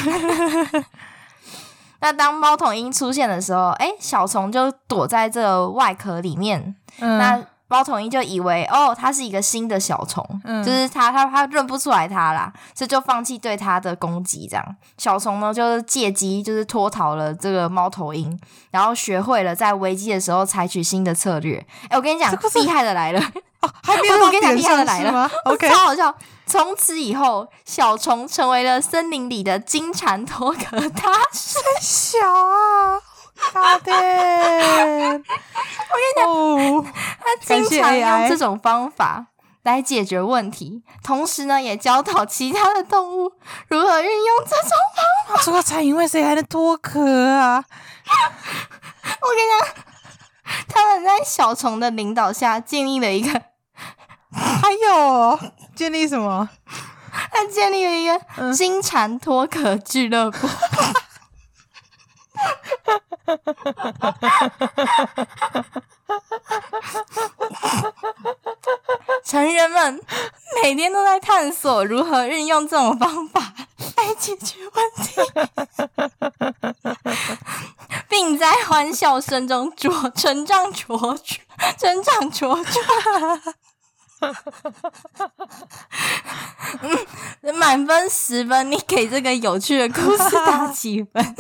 S4: *laughs* 那当猫头鹰出现的时候，哎、小虫就躲在这个外壳里面。
S5: 嗯，
S4: 那猫头鹰就以为哦，它是一个新的小虫，
S5: 嗯
S4: 就是它它它认不出来它啦，所以就放弃对它的攻击。这样，小虫呢就是借机就是脱逃了这个猫头鹰，然后学会了在危机的时候采取新的策略。哎、我跟你讲
S5: 这不，是
S4: 厉害的
S5: *laughs*
S4: 来了。
S5: 哦，还没有
S4: 我
S5: 到
S4: 跟你讲
S5: 点
S4: 厉害的
S5: 上
S4: 来
S5: 是吗？OK，
S4: 超好笑。从此以后，小虫成为了森林里的金蝉脱壳大师。
S5: 小啊，大的，我跟你讲，
S4: 他经
S5: 感谢
S4: 常用
S5: AI
S4: 这种方法来解决问题，同时呢，也教导其他的动物如何运用这种。
S5: 哦，除了苍蝇外，谁还能脱壳啊？
S4: 我跟你讲，他们在小虫的领导下建立了一个， *laughs*
S5: 还有建立什么？
S4: 他建立了一个金蝉脱壳俱乐部。 *laughs* 成人们每天都在探索如何运用这种方法来解决问题， *laughs* 并在欢笑声中茁成长茁壮成长茁壮。 *laughs* 嗯，满分十分，你给这个有趣的故事打几分？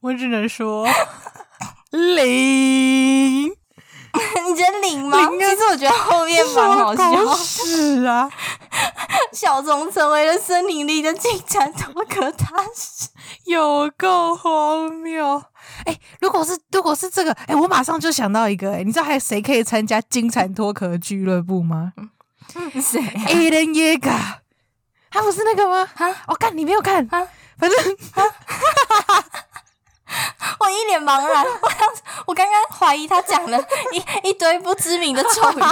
S5: 我只能说零，
S4: 你觉得零吗？
S5: 零啊
S4: 其实我觉得后面蛮好笑
S5: 这是。狗屎啊！
S4: 小虫成为了森林里的金蝉脱壳大师。
S5: 有够荒谬！哎、如果是如果是这个，哎、我马上就想到一个、哎，你知道还有谁可以参加金蝉脱壳俱乐部吗
S4: 嗯谁？
S5: ？Alan Yeager，他不是那个吗？啊，我、看你没有看
S4: 啊
S5: 反正
S4: 我一脸茫然。我刚我刚刚怀疑他讲了一一堆不知名的咒语。
S5: *laughs*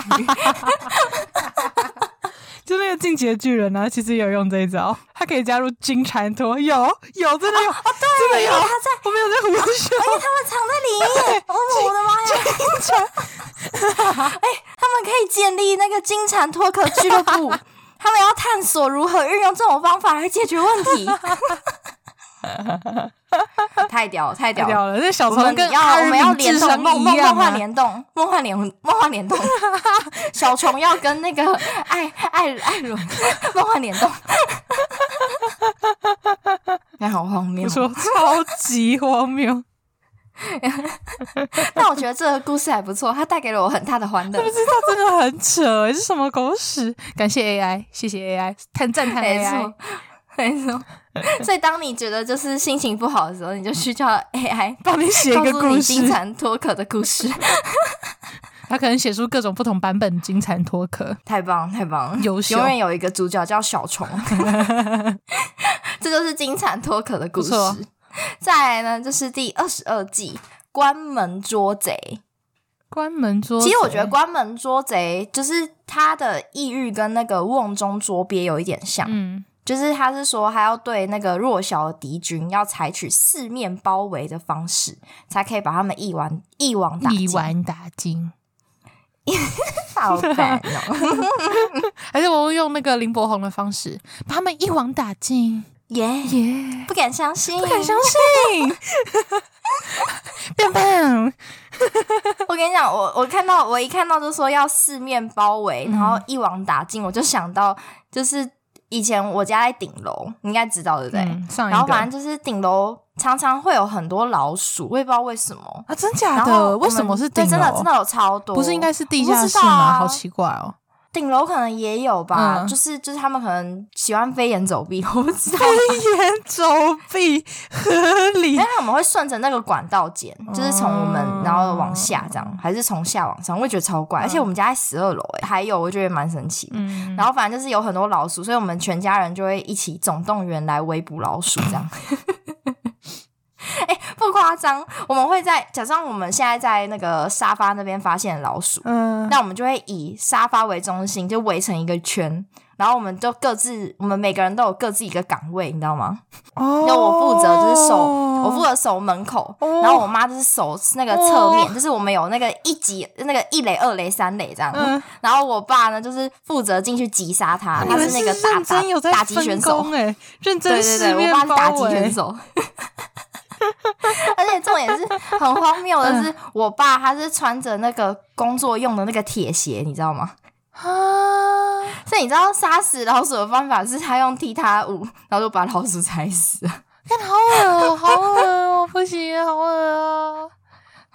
S5: 就那个进击的巨人啊，其实也有用这一招，他可以加入金蝉脱，有有真
S4: 哦
S5: 的有，真的
S4: 因
S5: 有，
S4: 为他在，
S5: 我没有在胡说，
S4: 因为他们藏在里面。哦，我的妈呀！
S5: 金蝉
S4: 他们可以建立那个金蝉脱壳俱乐部。他们要探索如何运用这种方法来解决问题。太屌了，太屌
S5: 太
S4: 了！
S5: 屌了，那小
S4: 我们
S5: 哦虫跟
S4: 要
S5: 阿
S4: 我们要
S5: 尔敏
S4: 联
S5: 智
S4: 动
S5: 商
S4: 梦
S5: 一
S4: 梦
S5: 样
S4: 梦幻
S5: 啊，
S4: 联动梦幻联梦
S5: *laughs*
S4: 幻联动，小虫要跟那个艾艾
S5: *laughs*
S4: 艾伦梦幻联动，哎，好荒谬
S5: 我！说超级荒谬，
S4: 但我觉得这个故事还不错，它带给了我很大的欢
S5: *laughs*
S4: 乐
S5: 不。知道真的很扯、欸，是什么狗屎？感谢 AI，谢谢 AI，叹赞叹
S4: 没
S5: AI
S4: 错。，没错。所以当你觉得就是心情不好的时候，你就去叫 AI
S5: 帮你写一
S4: 告
S5: 个
S4: 诉
S5: 故
S4: 你
S5: 事
S4: 金，蝉脱壳的故事。
S5: 他可能写出各种不同版本金蝉脱壳。
S4: 太棒，太棒，
S5: *laughs* 优秀
S4: 永远有一个主角叫
S5: *laughs*
S4: 小虫，这就是金蝉脱壳的故事
S5: 不错。
S4: 再来呢，就是第二十二季《关门捉贼》。
S5: 关门捉贼，
S4: 其实我觉得《关门捉贼》就是它的意欲跟那个瓮中捉鳖有一点像，
S5: 嗯，
S4: 就是他是说他要对那个弱小的敌军要采取四面包围的方式，才可以把他们一网一网打尽
S5: 一。网打尽。
S4: 好
S5: *laughs*
S4: 烦哦！
S5: 还是我用那个林柏宏的方式，把他们一网打尽，
S4: 耶耶，不敢相信，不
S5: 不敢相
S4: *laughs*
S5: 信。棒棒，
S4: 我跟你讲，我我看到我一看到就说要四面包围，
S5: 嗯
S4: 然后一网打尽，我就想到就是以前我家在顶楼，你应该知道对不对？
S5: 嗯上一
S4: 然后反
S5: 个
S4: 正就是顶楼常常会有很多老鼠，我也不知道为什么。
S5: 啊，真假
S4: 然后我
S5: 的？
S4: 们
S5: 为什么是顶
S4: 对，
S5: 楼？
S4: 真的真的有超多，
S5: 不是应该是地
S4: 我
S5: 下
S4: 不知
S5: 室
S4: 道
S5: 吗？
S4: 啊
S5: 好奇怪哦！
S4: 顶楼可能也有吧，
S5: 嗯
S4: 就是就是他们可能喜欢飞檐走壁， *laughs* 我不知道。
S5: 眼周壁合理
S4: 因为我们会顺着那个管道剪，就是从我们
S5: 哦
S4: 然后往下这样，还是从下往上，我也觉得超怪。而且我们家在十二楼，哎，还有我觉得蛮神奇的。
S5: 嗯，
S4: 然后反正就是有很多老鼠，所以我们全家人就会一起总动员来围捕老鼠，这样。 *laughs* 哎、不夸张，我们会在假装我们现在在那个沙发那边发现老鼠，
S5: 嗯，
S4: 那我们就会以沙发为中心，就围成一个圈，然后我们就各自，我们每个人都有各自一个岗位，你知道吗？
S5: 哦
S4: 那我负责就是守，我负责守门口，
S5: 哦
S4: 然后我妈就是守那个侧面，就是我们有那个一级、那个一垒、二垒、三垒这样。
S5: 嗯
S4: 然后我爸呢，就是负责进去击杀他，
S5: 你
S4: 他
S5: 们
S4: 那个打
S5: 认
S4: 打
S5: 真有在
S4: 打击选
S5: 分
S4: 手 *laughs*
S5: 工。哎，认真
S4: 对对
S5: 四
S4: 对，我
S5: 面
S4: 爸是打击
S5: 包围哎
S4: 选手。 *laughs* 而且重点是很荒谬的是，我爸他是穿着那个工作用的那个铁鞋，你知道吗？
S5: 啊！
S4: 所以你知道杀死老鼠的方法是他用踢踏舞，然后就把老鼠踩死。 *laughs*
S5: 看好恶哦，好恶哦，不行，好恶哦，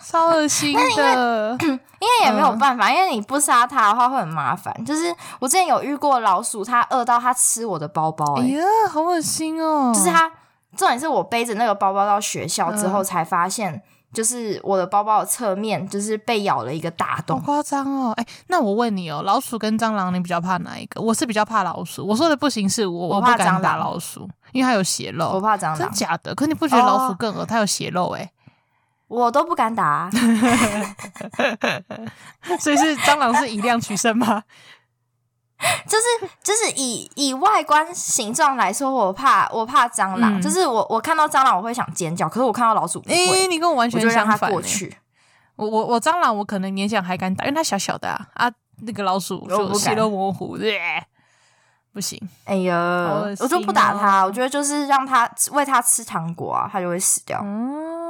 S5: 超恶心的。
S4: 因为也没有办
S5: 嗯
S4: 法，因为你不杀它的话会很麻烦。就是我之前有遇过老鼠，它饿到它吃我的包包、欸，
S5: 哎呀，好恶心哦！
S4: 就是它。重点是我背着那个包包到学校之后
S5: 嗯
S4: 才发现，就是我的包包的侧面就是被咬了一个大
S5: 好
S4: 洞。
S5: 夸张哦！哎、那我问你哦，老鼠跟蟑螂，你比较怕哪一个？我是比较怕老鼠。我说的不行，是我
S4: 我
S5: 不
S4: 怕
S5: 敢
S4: 蟑
S5: 打
S4: 螂
S5: 老鼠，因为它有血
S4: 我
S5: 肉。
S4: 怕蟑
S5: 哦真
S4: 螂，
S5: 假的？可你不觉得老鼠
S4: 哦
S5: 更恶？它有血肉
S4: *laughs*
S5: 哎、
S4: 我都不敢打
S5: *laughs*
S4: 啊、
S5: 所以是蟑螂是以量取胜
S4: *laughs*
S5: 吗？
S4: 就是就是以以外观形状来说，我怕我怕蟑
S5: 嗯
S4: 螂。就是我我看到蟑螂我会想尖叫，可是我看到老鼠不
S5: 哎、
S4: 会，
S5: 你跟我完
S4: 我
S5: 全
S4: 就让
S5: 相
S4: 它
S5: 反、
S4: 过
S5: 欸。
S4: 去。
S5: 我我我蟑螂我可能勉强还敢打，因为它小小的啊，啊那个老鼠
S4: 我
S5: 就
S4: 不
S5: 血
S4: 敢
S5: 肉模糊，对、不行。
S4: 哎
S5: 好
S4: 呀
S5: 恶，心
S4: 我就不打它，
S5: 哦
S4: 我觉得就是让它喂它吃糖果啊，它就会死
S5: 嗯
S4: 掉。
S5: 哦，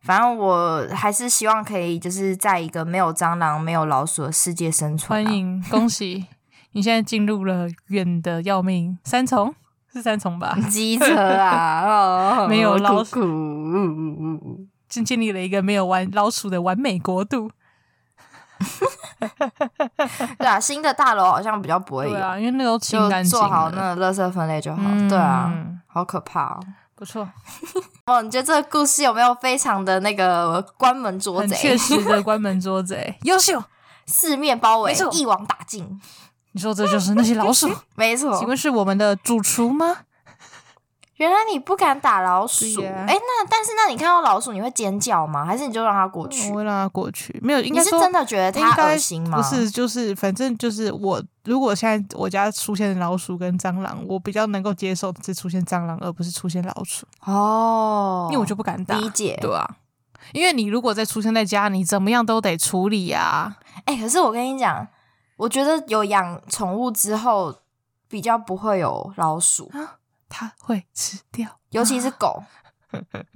S4: 反正我还是希望可以就是在一个没有蟑螂、没有老鼠的世界生存、
S5: 欢
S4: 啊。
S5: 迎恭喜你现在进入了远的要命三重，是三重 *laughs*
S4: *laughs*
S5: 吧？
S4: 机车啊， *laughs* 哦
S5: 没有老鼠
S4: 苦苦嗯嗯嗯
S5: 经经历了一个没有完老鼠的完美国度。
S4: 嗯对啊，新的大楼好像比较不会
S5: 对
S4: 有，
S5: 啊，因为那都清干
S4: 就
S5: 净
S4: 做好
S5: 了
S4: 那个垃圾分类就好。
S5: 嗯
S4: 对啊，好可怕哦！
S5: 不错，
S4: 哦，你觉得这个故事有没有非常的那个关门捉
S5: 很确
S4: 贼，
S5: 实的关门捉贼，优秀。
S4: 四面包围
S5: 没错，
S4: 一网打尽？
S5: 你说这就是那些老
S4: *laughs*
S5: 鼠？
S4: 没错，
S5: 请问是我们的主厨吗？
S4: 原来你不敢打老鼠，
S5: 对呀
S4: 哎、那但是那你看到老鼠你会尖叫吗？还是你就让它过去
S5: 我？会让它过去，没有，应
S4: 你
S5: 该
S4: 是
S5: 说
S4: 真的觉得
S5: 应
S4: 它
S5: 该
S4: 恶心吗？
S5: 不是，就是反正就是我，如果现在我家出现老鼠跟蟑螂，我比较能够接受是出现蟑螂，而不是出现老鼠，
S4: 哦，
S5: 因为我就不敢打。
S4: 理解。
S5: 对啊，因为你如果再出现在家，你怎么样都得处理啊。
S4: 哎、可是我跟你讲，我觉得有养宠物之后比较不会有老鼠，
S5: 它会吃掉， *laughs*
S4: 尤其是狗。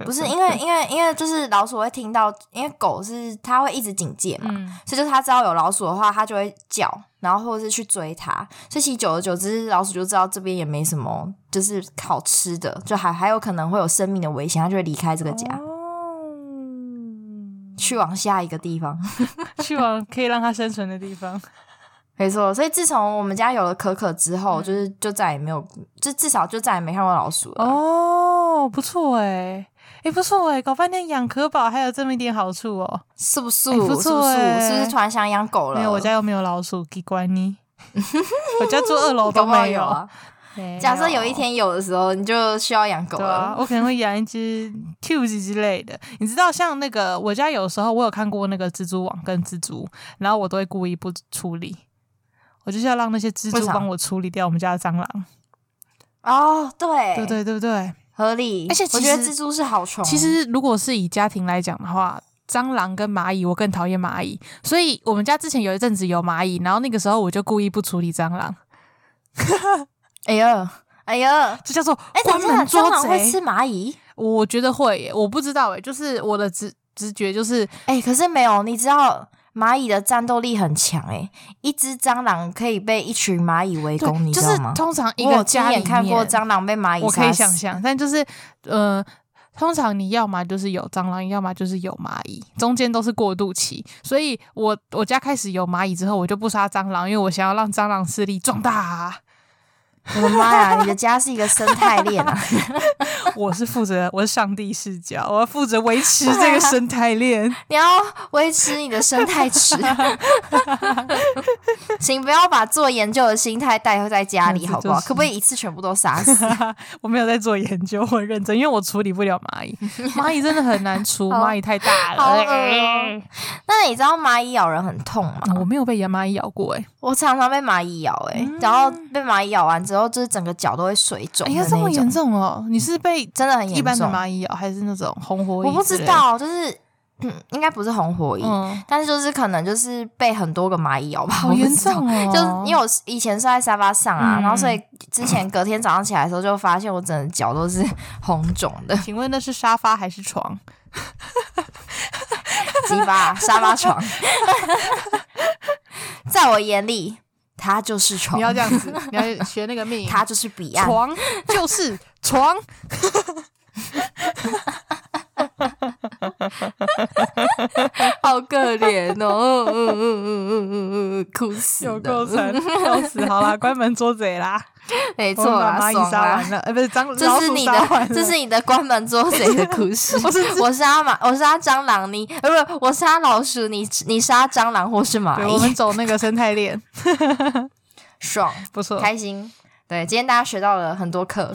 S4: 不是因为因为因为就是老鼠会听到，因为狗是它会一直警戒嘛，
S5: 嗯，
S4: 所以就是它知道有老鼠的话，它就会叫，然后或者是去追它。所以其实久而久之，老鼠就知道这边也没什么，就是好吃的，就还还有可能会有生命的危险，它就会离开
S5: 啊
S4: 这个家，
S5: 哦
S4: 去往下一个地方。
S5: 去往可以让它生存的地方。
S4: 没错，所以自从我们家有了可可之后，
S5: 嗯
S4: 就是就再也没有，就至少就再也没看过老鼠了。
S5: 哦，不错哎、欸，哎、不错哎、搞半天养可宝还有这么一点好处哦、
S4: 是不是？
S5: 哎不
S4: 是
S5: 错
S4: 不是？
S5: 欸
S4: 是不是突然想养狗了？
S5: 没有，我家又没有老鼠，给关你。 *laughs* 我家住二楼 *laughs*
S4: 搞
S5: 都
S4: 不好
S5: 没
S4: 有啊。
S5: 没有
S4: 假设有一，天有的时候，你就需要养狗
S5: 对
S4: 了。
S5: 啊，我可能会养一
S4: *laughs*
S5: 只 Qs 之类的。你知道，像那个我家有时候我有看过那个蜘蛛网跟蜘蛛，然后我都会故意不处理。我就是要让那些蜘
S4: 为
S5: 蛛
S4: 啥
S5: 帮我处理掉我们家的蟑螂，
S4: 哦，对
S5: 啊对，对对不对？
S4: 合理。
S5: 而且
S4: 我
S5: 其
S4: 觉得
S5: 实
S4: 蜘蛛是好虫，
S5: 其实如果是以家庭来讲的话，蟑螂跟蚂蚁，我更讨厌蚂蚁，所以我们家之前有一阵子有蚂蚁，然后那个时候我就故意不处理蟑螂，
S4: 哎呦哎呦，哎，
S5: 这叫做
S4: 等
S5: 关
S4: 一下，
S5: 门
S4: 蟑
S5: 捉
S4: 螂会
S5: 贼。
S4: 吃蚂蚁？
S5: 我觉得会耶，我不知道诶，就是我的直直觉就是
S4: 哎、可是没有，你知道蚂蚁的战斗力很强哎、一只蟑螂可以被一群蚂蚁围
S5: 对
S4: 攻，你
S5: 就
S4: 知
S5: 是
S4: 道吗？
S5: 通常一
S4: 我
S5: 个
S4: 有亲
S5: 家里
S4: 眼看过
S5: 面
S4: 蟑螂被蚂蚁
S5: 我可
S4: 杀
S5: 以
S4: 死
S5: 想象，但就是呃，通常你要么就是有蟑螂，要么就是有蚂蚁，中间都是过渡期。所以我我家开始有蚂蚁之后，我就不杀蟑螂，因为我想要让蟑螂势力壮大、啊
S4: 我的妈呀，你的家是一个生态链
S5: *laughs*
S4: 啊！
S5: *laughs* 我是负责，我是上帝视角，我要负责维持
S4: 啊
S5: 这个生态链。
S4: 你要维持你的生
S5: *laughs*
S4: 态池，请不要把做研究的心态带在家里，
S5: 这
S4: 好不好？
S5: 就是
S4: 可不可以一次全部都
S5: *laughs*
S4: 杀死？
S5: 我没有在做研究，我很认真，因为我处理不了蚂
S4: *laughs*
S5: 蚁，蚂蚁真的很难除，
S4: 好
S5: 蚂蚁太大
S4: 好
S5: 了。嗯
S4: 恶哦那你知道蚂蚁咬人很痛吗？
S5: 哦我没有被蚂蚁咬过、欸，哎，
S4: 我常常被蚂蚁咬、欸，
S5: 嗯
S4: 然后被蚂蚁咬完之后，就是整个脚都会水肿
S5: 哎
S4: 的那
S5: 呀，
S4: 一
S5: 这
S4: 种，
S5: 么严重哦！你是被
S4: 真的很严重。
S5: 一般的蚂蚁哦咬，还是那种红火蚁？
S4: 我不知。道，欸就是嗯，应该不是红火蚁，
S5: 嗯，
S4: 但是就是可能就是被很多个蚂蚁咬吧，
S5: 好
S4: 我不知
S5: 严
S4: 道
S5: 重哦！
S4: 就是因为我以前是在沙发上啊，
S5: 嗯
S4: 然后所以之前隔天早上起来的时候，就发现我整个脚都是红肿的，
S5: *laughs* 请问那是沙发还是床？
S4: 鸡巴沙发床，在我眼里，它就是床
S5: 你，要这样
S4: *laughs*
S5: 子，你要学那个命。
S4: 它就是彼岸。
S5: 床就是
S4: *laughs*
S5: 床，
S4: 好可怜哦，嗯嗯嗯嗯嗯嗯，哭死
S5: 有够惨， *laughs* 笑死！好啦，关门捉贼啦，
S4: 没
S5: 我
S4: 错
S5: 们把
S4: 啦，
S5: 蚂蚁
S4: 爽
S5: 杀
S4: 啦
S5: 完。了，呃，不是蟑，
S4: *laughs* 这
S5: 老
S4: 是
S5: 鼠
S4: 你
S5: 杀
S4: 的
S5: 完，
S4: 这
S5: 了
S4: 是你的关门捉贼的故事。
S5: 我是
S4: *laughs* 我杀马，我杀蟑螂，你呃不是我杀老鼠，你你杀蟑螂或是蚂
S5: 对，我们
S4: 蚁，
S5: 走那个生态链，
S4: *laughs* 爽。
S5: 不错。
S4: 开心。对，今天大家学到了很多 *laughs* 课，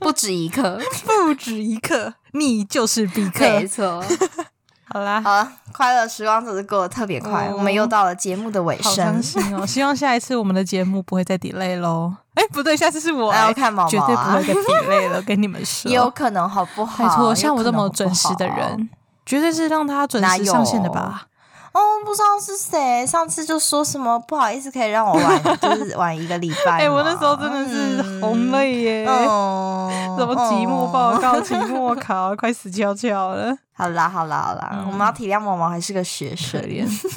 S4: 不止一 *laughs* 课。
S5: 不止一刻，你就是必克。
S4: 没错，
S5: *laughs* 好啦，
S4: 好了，快乐时光总是过得特别快，
S5: 哦
S4: 我们又到了节目的尾
S5: 好伤
S4: 声。
S5: 心哦！希望下一次我们的节目不会再 delay 喽。哎，不对，下次是我
S4: 来，
S5: 哎
S4: 我看毛
S5: 绝
S4: 毛
S5: 对不
S4: 啊
S5: 会，再 delay 了，跟你们说。
S4: *laughs* 也有可能好不好？
S5: 拜托，
S4: 有
S5: 像我
S4: 可
S5: 这
S4: 能
S5: 么
S4: 好不
S5: 准时的
S4: 好啊
S5: 人，绝对是让他准
S4: 哪
S5: 时上线的
S4: 有
S5: 吧？
S4: 哦，不知道是谁，上次就说什么不好意思，可以让我
S5: *laughs*
S4: 晚，就是晚一个礼拜吗。
S5: 哎、我那时候真的
S4: 嗯
S5: 是红了耶！
S4: 哦，
S5: *laughs* 什么期末
S4: 哦
S5: 报告、期末考， *laughs* 快死翘翘
S4: *laughs*
S5: 了，
S4: 好啦，好啦，好啦，
S5: 嗯
S4: 我们要体谅毛毛还是个学生，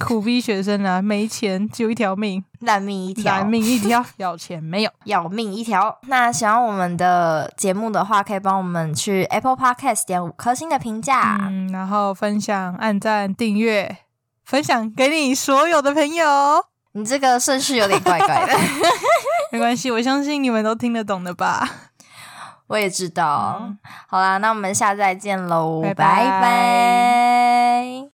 S5: 苦逼学生啊，没钱只有一条命，
S4: 烂命一条，
S5: 懒命一条，要钱没
S4: *laughs*
S5: 有。
S4: 要命一条。那喜欢我们的节目的话，可以帮我们去 Apple Podcast 点五颗星的评价。
S5: 嗯，然后分享、按赞、订阅，分享给你所有的朋友。
S4: 你这个顺序有点怪怪
S5: *laughs*
S4: 的，
S5: 没关系，我相信你们都听得懂的吧？
S4: 我也知道。
S5: 嗯
S4: 好啦，那我们下次再见喽，
S5: 拜拜
S4: 拜拜